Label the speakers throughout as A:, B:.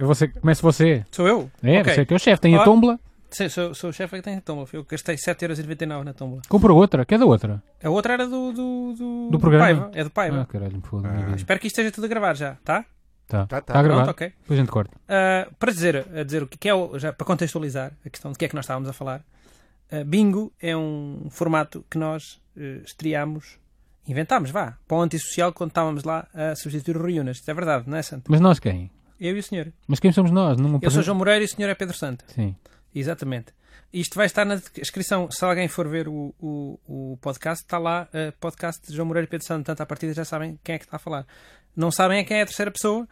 A: você, começa você.
B: Sou eu?
A: É,
B: Ok.
A: você que é o chefe. Tem a
B: Ó.
A: tómbola.
B: Sim, sou, sou o chefe que tem a tómbola. Eu gastei 7,99€ na tómbola.
A: Comprou outra. Quer da outra?
B: A outra era do. Do, do,
A: Do programa?
B: Paiva. É do Paiva.
A: Ah, caralho, me foda. minha vida.
B: Espero que isto esteja tudo a gravar já, tá?
A: Tá.
C: Tá,
A: Tá,
C: tá.
A: a gravar.
B: Pronto, ok.
A: Depois a gente corta.
B: Ah, para dizer, a dizer o que que é, o- já, para contextualizar a questão de que é que nós estávamos a falar, ah, Bingo é um formato que nós eh, estreámos, inventámos, vá, para o antissocial quando estávamos lá a substituir o Riunas. Isto é verdade, não é, Santo?
A: Mas nós quem?
B: Eu e o senhor.
A: Mas quem somos nós? Não
B: Eu sou
A: apresenta-
B: João Moreira e o senhor é Pedro Santo.
A: Sim.
B: Exatamente. Isto vai estar na descrição. Se alguém for ver o, o, o podcast, está lá eh, podcast de João Moreira e Pedro Santo. Portanto, à partida já sabem quem é que está a falar. Não sabem é quem é a terceira pessoa.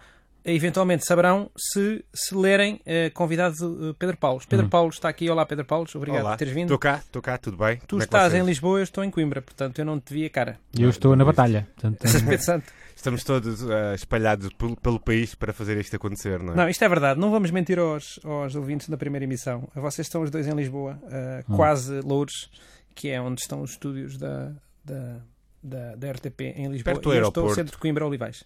B: Eventualmente saberão se, se lerem eh, convidado eh, Pedro Paulos. Pedro Paulos está aqui. Olá, Pedro Paulos. Obrigado
C: Olá,
B: por teres vindo.
C: estou cá, estou cá, tudo bem? é
B: Tu estás em Lisboa, eu estou em Coimbra. Portanto, eu não te vi a cara.
A: E eu estou na batalha. Portanto,
B: Pedro Santo.
C: Estamos todos ah, espalhados pel- pelo país para fazer isto acontecer, não é?
B: Não, isto é verdade. Não vamos mentir aos, aos ouvintes na primeira emissão. Vocês estão os dois em Lisboa, eh,
C: Hum.
B: quase Loures, que é onde estão os estúdios da, da, da, da RTP em Lisboa.
C: Perto do
B: e eu estou
C: aeroporto.
B: centro de Coimbra Olivais.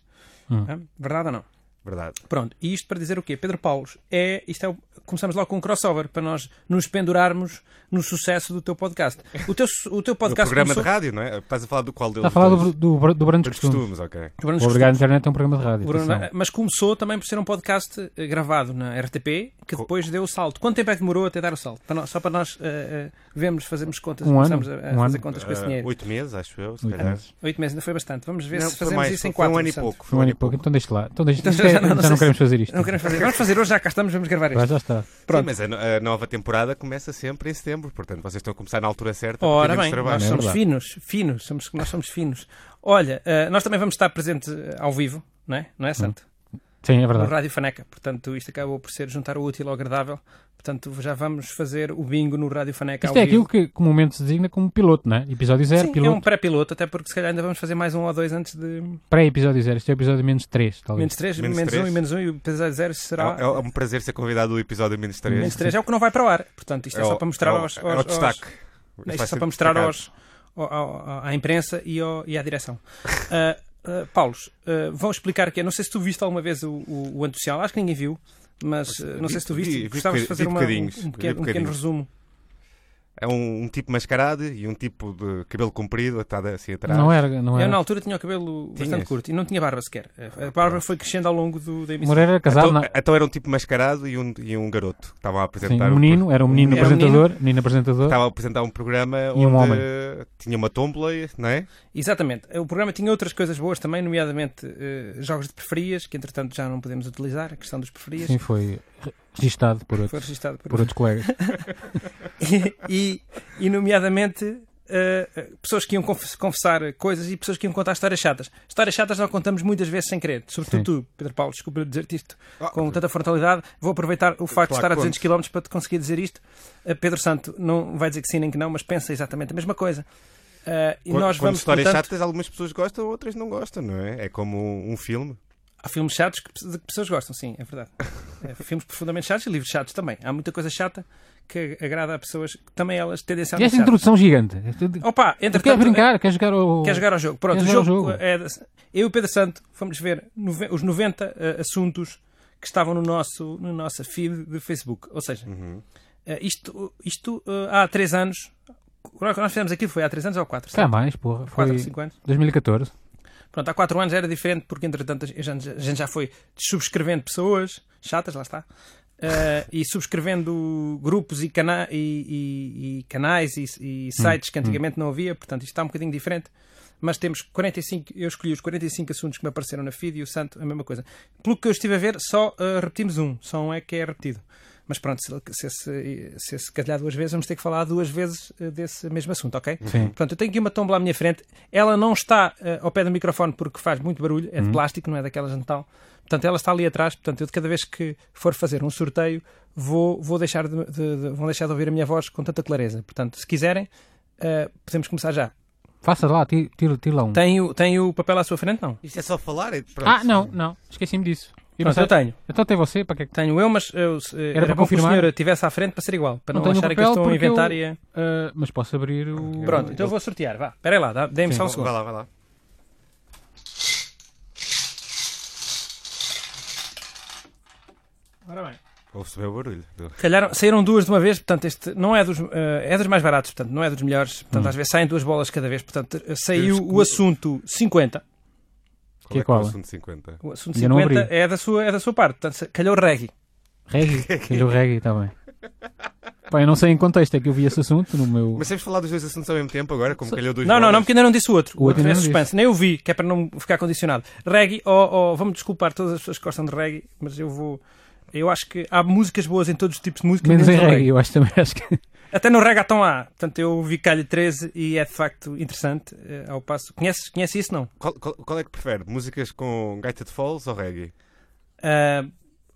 A: Hum.
B: Hã? Verdade ou não?
C: Verdade.
B: Pronto, e isto para dizer o quê? Pedro Paulos, é, isto é, o- começamos logo com um crossover para nós nos pendurarmos no sucesso do teu podcast. O teu, su- o teu
C: O
B: podcast
C: programa
B: começou...
C: de rádio, não é? Estás a falar do qual deles?
A: Está tá a falar do,
C: todos?
A: do, do Brandos
C: Dos
A: Costumes.
C: costumes, ok.
B: Bruno
A: O Obrigado Internet é um programa de rádio.
B: Bruno,
A: atenção.
B: mas começou também por ser um podcast eh, gravado na RTP que depois deu o salto. Quanto tempo é que demorou até dar o salto? Para nós- só para nós eh, eh, vermos, fazermos contas,
A: Um ano,
B: começarmos a, a
A: um
B: fazer
A: ano.
B: contas com esse
C: Ah,
B: dinheiro.
C: oito meses, acho eu, se
A: Oito
C: calhar.
A: meses.
B: Oito meses, ainda foi bastante. Vamos ver
C: Não,
B: se
C: foi
B: fazemos
C: mais,
B: isso em
C: foi
B: quatro.
C: um ano e
B: portanto.
C: pouco.
A: Foi um ano e pouco, então deixa lá. Então deixa,
B: Então
A: isto
B: já
A: é- já,
B: não-
A: não,
B: não sei se-
A: queremos fazer isto.
B: Não queremos fazer. Vamos fazer hoje, já cá estamos, vamos gravar
A: Vai,
B: isto.
A: já está.
C: Sim,
B: Pronto.
C: mas a, no- a nova temporada começa sempre em setembro, portanto vocês estão a começar na altura certa
B: Ora
C: para termos
B: bem,
C: um trabalho.
B: nós
A: É
B: somos
A: verdade.
B: finos, finos, somos, nós somos finos. Olha, eh, nós também vamos estar presente eh, ao vivo, não é, não é Santo?
A: Sim, é
B: no
A: verdade.
B: Rádio Faneca. Portanto, isto acabou por ser juntar o útil ao agradável. Portanto, já vamos fazer o bingo no Rádio Faneca.
A: Isto
B: ao
A: é
B: vivo.
A: aquilo que comumente se designa como piloto, não é? Episódio zero,
B: Sim, é um
A: piloto.
B: pré-piloto, até porque se calhar ainda vamos fazer mais um ou dois antes de.
A: Pré-episódio zero. Isto é o episódio menos três talvez.
B: Menos três, menos,
C: Menos
B: um
C: três.
B: e menos um, e o episódio zero será.
C: É, é um prazer ser convidado do episódio menos 3.
B: menos três é o que não vai para o ar. Portanto, isto é, só para mostrar aos.
C: É
B: aos-
C: o
B: aos-
C: destaque.
B: Isto é
C: Vai
B: só
C: ser
B: para mostrar
C: destacado.
B: aos, ao- ao- à imprensa e, ao- e à direção. Ah, ah, Paulos, ah, vão explicar que é. Não sei se tu viste alguma vez o, o, o antissocial, acho que ninguém viu, mas ah, não sei se tu
C: vi-
B: viste.
C: vi- vi
B: Gostavas de
C: boca-
B: fazer
C: vi
B: uma-
C: bocadinhos,
B: um, um pequeno,
C: vi
B: um pequeno
C: bocadinhos.
B: resumo.
C: É um, um tipo mascarado e um tipo de cabelo comprido, atado assim atrás.
A: Não é era, não
B: Eu na
A: era.
B: altura tinha o cabelo bastante
C: Tinhas?
B: curto e não tinha barba sequer. A barba foi crescendo ao longo do, da emissão.
A: Moreira era casado,
C: Então,
A: não. é?
C: então era um tipo mascarado e um, e um garoto que estavam a
A: Sim,
C: apresentar.
A: um
C: pro-
A: menino, era um menino
B: Era um menino. Tá.
A: apresentador, menino apresentador.
C: Estava a apresentar um programa
A: E um
C: onde
A: homem.
C: tinha uma tómbola, não é?
B: Exatamente. O programa tinha outras coisas boas também, nomeadamente eh, jogos de preferias, que entretanto já não podemos utilizar, a questão dos preferias.
A: Sim, foi re- registado por
B: Foi
A: outro-
B: registado por...
A: por outros colegas.
B: Tá e, e, nomeadamente, eh, eh, pessoas que iam conf- confessar coisas e pessoas que iam contar histórias chatas. Histórias chatas nós contamos muitas vezes sem querer. Sobretudo
A: Sim.
B: tu, Pedro Paulo, desculpa eu dizer-te isto
C: Ah,
B: com tanta frontalidade. Vou aproveitar o facto de estar a
C: Claro,
B: 200 km para te conseguir dizer isto. Eh, Pedro Santo não vai dizer que sim nem que não, mas pensa exatamente a mesma coisa. Eh, e
C: Quando,
B: nós
C: quando
B: vamos,
C: histórias
B: portanto,
C: chatas, algumas pessoas gostam, outras não gostam, não é? É como um, um filme.
B: Há filmes chatos que, de que pessoas gostam, sim, é verdade. É, filmes profundamente chatos e livros chatos também. Há muita coisa chata que agrada a pessoas que também elas
A: E
B: tendencialmente
A: esta
B: chatas.
A: introdução gigante.
B: Opa,
A: Quer
B: entretanto,
A: brincar? Quer jogar o.
B: Tá Quer jogar ao jogo? Pronto,
A: Quer
B: o
A: jogar ao
B: jogo,
A: jogo.
B: é. Eu e o Pedro Santo fomos ver nove- os 90 eh, assuntos que estavam no nosso no nossa feed de Facebook. Ou seja, eh, isto, isto eh, há 3 anos. O que nós fizemos aquilo foi há 3 anos ou 4?
A: Cá mais, porra.
B: 4
A: Foi
B: ou 5 anos?
A: 2014.
B: Pronto, há 4 anos era diferente porque, entretanto, a gente, a gente já foi subscrevendo pessoas chatas, lá está, eh, e subscrevendo grupos e, cana e, e- e canais e, e sites que antigamente não havia, portanto, isto está um bocadinho diferente. Mas temos 45, eu escolhi os 45 assuntos que me apareceram na feed e o Santo a mesma coisa. Pelo que eu estive a ver, só eh, repetimos um, só um é que é repetido. Mas pronto, se, se, esse- se esse calhar duas vezes, vamos ter que falar duas vezes eh, desse mesmo assunto, ok?
A: Sim.
B: Portanto, eu tenho aqui uma tombola à minha frente. Ela não está eh, ao pé do microfone porque faz muito barulho,
A: Uhum.
B: é de plástico, não é daquelas de Natal. Portanto, ela está ali atrás. Portanto, eu de cada vez que for fazer um sorteio, vou, vou deixar de, de- de- vão deixar de ouvir a minha voz com tanta clareza. Portanto, se quiserem, eh, podemos começar já.
A: Uhum. Faça lá, ti- tira, tira lá um.
B: Tem o, tem o papel à sua frente? Não.
C: Isto é só falar? É, pronto.
A: Ah, não, não. Esqueci-me disso. Eu
B: Pronto,
A: pensava-
B: eu tenho.
A: Então tem você, para que é que.
B: Tenho eu, mas eu, eh,
A: Era para
B: bom que
A: confirmar?
B: o senhor estivesse à frente para ser igual, para
A: Não
B: não,
A: tenho
B: acharem que eu
A: papel
B: estou a
A: porque eu-
B: inventar e a...
A: Ah, mas posso abrir o.
B: Pronto, então eu vou sortear. Vá, espera aí lá, dá- dê-me só um
C: Vai
B: segundo.
C: lá, vai lá.
B: Ora bem.
C: Ouve-se bem o barulho.
B: Calharam, saíram duas de uma vez, portanto, este não é dos, eh, é dos mais baratos, portanto, não é dos melhores. Portanto,
A: Hum.
B: às vezes saem duas bolas cada vez. Portanto, eh, saiu
C: Temos que-
B: o assunto 50.
C: Qual é, que é
A: qual?
C: o assunto 50?
B: O assunto
A: Ainda não
B: 50
A: abri.
B: é da, sua, é da sua parte. Portanto, se- calhou reggae.
A: Reggae, calhou reggae também. Pá, eu não sei em contexto é que eu vi esse assunto no meu.
C: Mas temos falar dos dois assuntos ao mesmo tempo agora, como calhou dois
B: Não, não, não,
C: bolas.
B: porque ainda não disse o outro.
A: O outro ainda
B: é
A: não
B: suspense. Nem eu vi, que é para não ficar condicionado. Reggae, ou, ou- vamos desculpar todas as pessoas que gostam de reggae, mas eu vou. Eu acho que há músicas boas em todos os tipos de música.
A: Menos em
B: no
A: reggae, eu acho também. Acho que...
B: Até no reggaeton há. Portanto, eu vi Calho 13 e é de facto interessante. eh, ao passo. Conheces, conhece isso? Não.
C: Qual, qual- qual é que prefere? Músicas com gaita de Falls ou reggae?
B: Ah,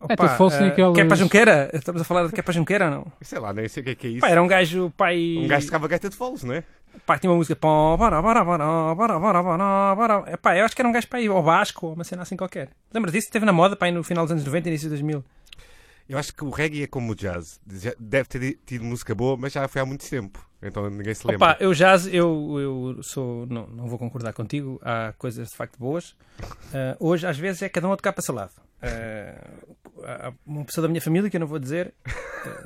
A: É, tudo falso, tem
B: ah,
A: aquelas-
B: Quer para Junqueira? Estamos a falar de Quer para Junqueira ou não?
C: Sei lá, nem sei o que é que é isso.
B: Pá, era um gajo, pai.
C: Um gajo tocava gaita de Falls, não é?
B: Pá, tinha uma música. Pó, bora, bora, bora, bora, bora, bora, bora. É, Pá, eu acho que era um gajo para ir ao Vasco ou uma cena assim qualquer. Lembras disso? Esteve na moda, pá, aí no final dos anos 90 e início de 2000.
C: Eu acho que o reggae é como o jazz. Já deve ter tido música boa, mas já foi há muito tempo. Então ninguém se lembra.
B: Opa, eu jazz, eu, eu sou. Não, não vou concordar contigo. Há coisas de facto boas. Ah, hoje, às vezes, é cada um a tocar para o seu lado. Ah, há uma pessoa da minha família, que eu não vou dizer, ah,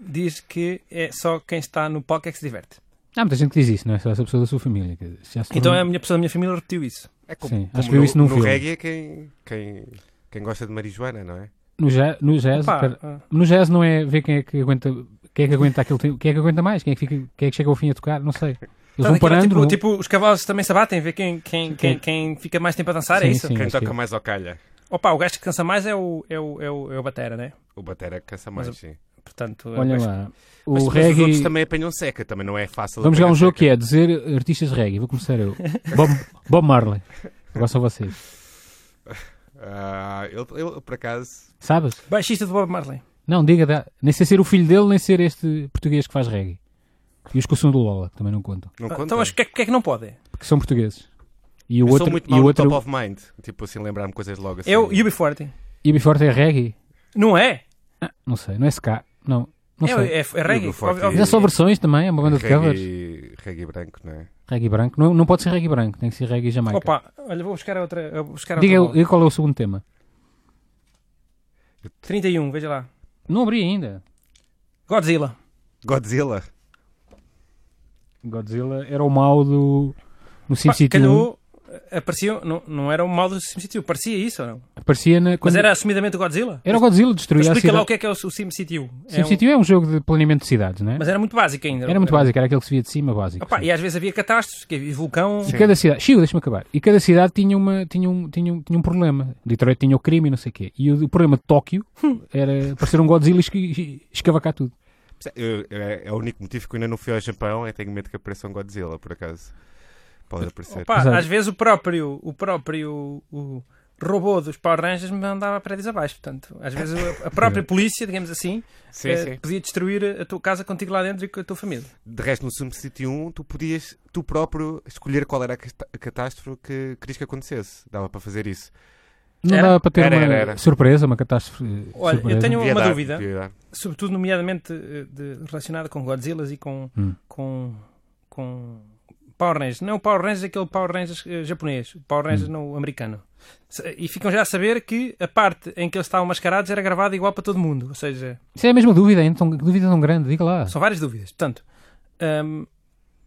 B: diz que é só quem está no palco é que se diverte.
A: Há muita gente que diz isso, não é? Só essa pessoa da sua família. quer dizer, se já se
B: Então
A: tornou-
B: a minha pessoa da minha família repetiu isso.
C: É
A: Sim, acho que viu
C: no,
A: isso num
C: no
A: filme.
C: reggae é quem, quem, quem gosta de marijuana, não é?
A: no, ja- no jazz,
B: Pá,
A: espera,
B: ah,
A: no jazz não é ver quem é que aguenta, quem é que aguenta aquilo, tempo- quem é que aguenta mais, quem é que, fica- quem é que chega ao fim a tocar, não sei. Eles
C: Então,
A: vão
B: portanto, aquilo é
A: parando,
B: tipo,
A: não-
B: tipo, os cavalos também se abatem, vê quem, quem,
A: Quem-
B: quem, quem fica mais tempo a dançar, é
A: Sim,
B: isso?
A: sim.
C: quem
A: acho
C: toca
A: que-
C: mais ao calha.
B: Opa, o gajo que cansa mais é o, é o, é o, é o batera, né?
C: O batera cansa
B: Mas
C: mais,
B: o-
C: sim.
B: Portanto, é o
A: olha
B: gajo-
A: lá. O
C: Mas, mas os outros
A: reggae.
C: também apanham seca, também não é fácil.
A: Vamos jogar
C: apanhar
A: um jogo
C: seca.
A: que é dizer artistas de reggae. Vou começar eu. Bob, Bob Marley. Agora são vocês.
C: Ah, eu, eu, por acaso,
A: Sabes?
B: Baixista do Bob Marley.
A: Não, diga, dá. nem sei ser o filho dele, nem ser este português que faz reggae. E os que são do Lola, que também não contam.
C: não conta.
B: Então, mas o que, é, que é que não pode?
A: Porque são portugueses. E o
C: eu
A: outro.
C: sou muito
A: e
C: mal
A: o
C: no
A: outro.
C: top of mind. Tipo assim, lembrar-me coisas logo assim.
B: É o UB40.
A: E Biforte é reggae?
B: Não é?
A: Ah, não sei, não é SK. Não, não sei.
B: É, é, é reggae.
C: UB40.
B: Óbvio-
A: Mas é só versões também, é uma banda de covers.
C: reggae, reggae branco, não é?
A: Reggae branco. Não, não pode ser reggae branco, tem que ser reggae jamaica.
B: Opa, olha, vou buscar a outra. eu Vou buscar a
A: Diga
B: outra bola.
A: diga qual é o segundo tema.
B: 31, veja lá.
A: Não abri ainda.
B: Godzilla.
C: Godzilla.
A: Godzilla era o mau do. No
B: Pá,
A: SimCity 1.
B: calhou, apareceu, não, não era o mal do SimCity, parecia isso ou não?
A: Aparecia na.
B: Mas
A: quando-
B: era assumidamente o Godzilla?
A: Era o Godzilla, destruía a
B: Explica lá
A: cidade.
B: o que é que é o SimCity. É um-
A: SimCity 1 é um jogo de planeamento de cidades, não é?
B: Mas era muito básico ainda.
A: Era muito básico, era aquele que se via de cima, básico.
B: Opa,
A: sim.
B: e às vezes havia catástrofes, que havia vulcão.
A: E cada cidade, Chiu, deixa-me acabar. E cada cidade tinha, uma, tinha, um, tinha, um, tinha um problema. Detroit tinha o crime e não sei o quê. E o, o problema de Tóquio
B: Hum.
A: era aparecer um Godzilla e esca- e escavacar tudo.
C: Eu- eu- é, é o único motivo que eu ainda não fui ao Japão. É tenho medo que apareça um Godzilla, por acaso. Pode aparecer.
B: Opa,
A: Exato.
B: às vezes o próprio, o próprio o robô dos Power Rangers me mandava prédios abaixo. Portanto, às vezes a a
A: É.
B: própria polícia, digamos assim,
C: Sim,
B: eh,
C: sim.
B: podia destruir a tua casa contigo lá dentro e com a tua família.
C: De resto, no SimCity 1, tu podias tu próprio escolher qual era a casta- a catástrofe que querias que acontecesse. Dava para fazer isso.
A: Não
B: Era?
A: dava para ter
C: Era,
A: uma
C: era, era.
A: surpresa, uma catástrofe. eh,
B: Olha,
A: surpresa.
B: eu tenho um-
C: Devia
B: uma
C: dar,
B: dúvida,
C: devia dar.
B: sobretudo nomeadamente eh, de- relacionada com Godzillas e com,
A: Hum.
B: com, com Power Rangers. Não o Power Rangers, aquele Power Rangers eh, japonês, o Power Rangers não americano. Se- E ficam já a saber que a parte em que eles estavam mascarados era gravada igual para todo mundo. Ou seja,
A: Isso é a mesma dúvida, hein? Tão- que dúvida tão grande, diga lá.
B: São várias dúvidas. Portanto, hum,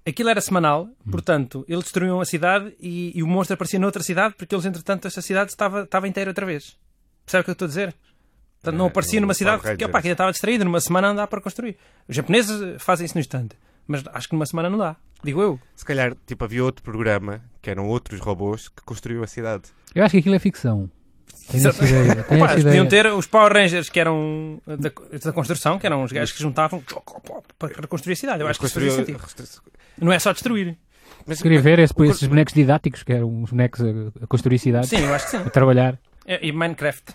B: aquilo era semanal, portanto, eles destruíam a cidade e, e o monstro aparecia noutra cidade porque eles, entretanto, essa cidade estava, estava inteira outra vez. Percebe o que eu estou a dizer? Portanto, não
C: É,
B: aparecia
C: o
B: numa cidade
C: Power
B: porque
C: Rangers.
B: opa, aquilo estava distraído, numa semana não dá para construir. Os japoneses eh, fazem isso no instante, mas acho que numa semana não dá. Digo eu.
C: Se calhar, tipo, havia outro programa, que eram outros robôs, que construíam a cidade.
A: Eu acho que aquilo é ficção. Tenho essa
B: Exato.
A: ideia. Tenho
B: Opa,
A: essa
B: eles podiam
A: ideia.
B: ter os Power Rangers que eram eh, da, da construção, que eram os gajos que juntavam para reconstruir a cidade. Eu acho que isso fazia sentido. Não é só destruir.
C: Mas
A: Queria ver esse-
C: o-
A: esses bonecos didáticos, que eram uns bonecos a, a construir cidades,
B: Sim, eu acho que sim.
A: a trabalhar,
B: Eh, E Minecraft.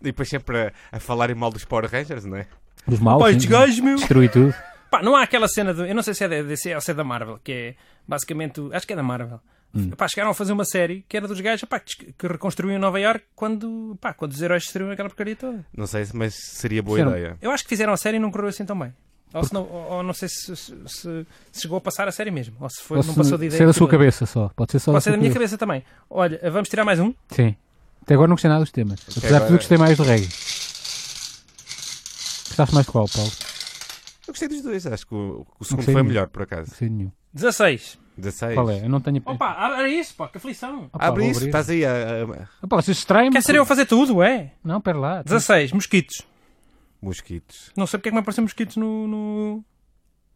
C: E depois sempre a, a falarem mal dos Power Rangers, não é?
A: os maus,
B: Pá,
A: sim,
B: estes gajos, meu.
A: destruir tudo.
B: Pá, não há aquela cena do. Eu não sei se é da DC ou se é da Marvel, que é basicamente. o- Acho que é da Marvel.
A: Hum.
B: Pá, chegaram a fazer uma série que era dos gajos pá, que que reconstruíam Nova York quando, pá, quando os heróis destruíram aquela porcaria toda.
C: Não sei, se- mas seria boa
A: Sim.
C: ideia.
B: Eu acho que fizeram a série e não correu assim tão bem. Ou, se não, ou- ou não sei se, se- se- se chegou a passar a série mesmo. Ou se foi,
A: Ou
B: não
A: se-
B: passou de ideia.
A: se é da sua
B: aquilo.
A: cabeça só. Pode ser só
B: Pode ser
A: sua
B: da minha cabeça também. Olha, vamos tirar mais um.
A: Sim. Até agora não gostei nada dos temas. Apesar de
C: agora-
A: tudo, gostei mais do reggae. Gostaste mais de qual, Paulo?
C: Eu gostei dos dois, acho que o, o segundo
A: sei
C: foi
A: nenhum.
C: melhor, por acaso.
A: Não sei de nenhum.
B: 16.
C: 16.
A: Qual é? Eu não tenho.
B: Opa, abre isso, pá, que aflição.
A: Opa,
C: Abre
A: Ah, vou
C: isso,
A: abrir.
C: estás aí. A, a-
A: Opa, vocês distraem-me.
B: Quer ser eu a fazer tudo, é?
A: Não, pera lá.
B: 16. Mosquitos.
C: Mosquitos.
B: Não sei porque é que me aparecem mosquitos no. no...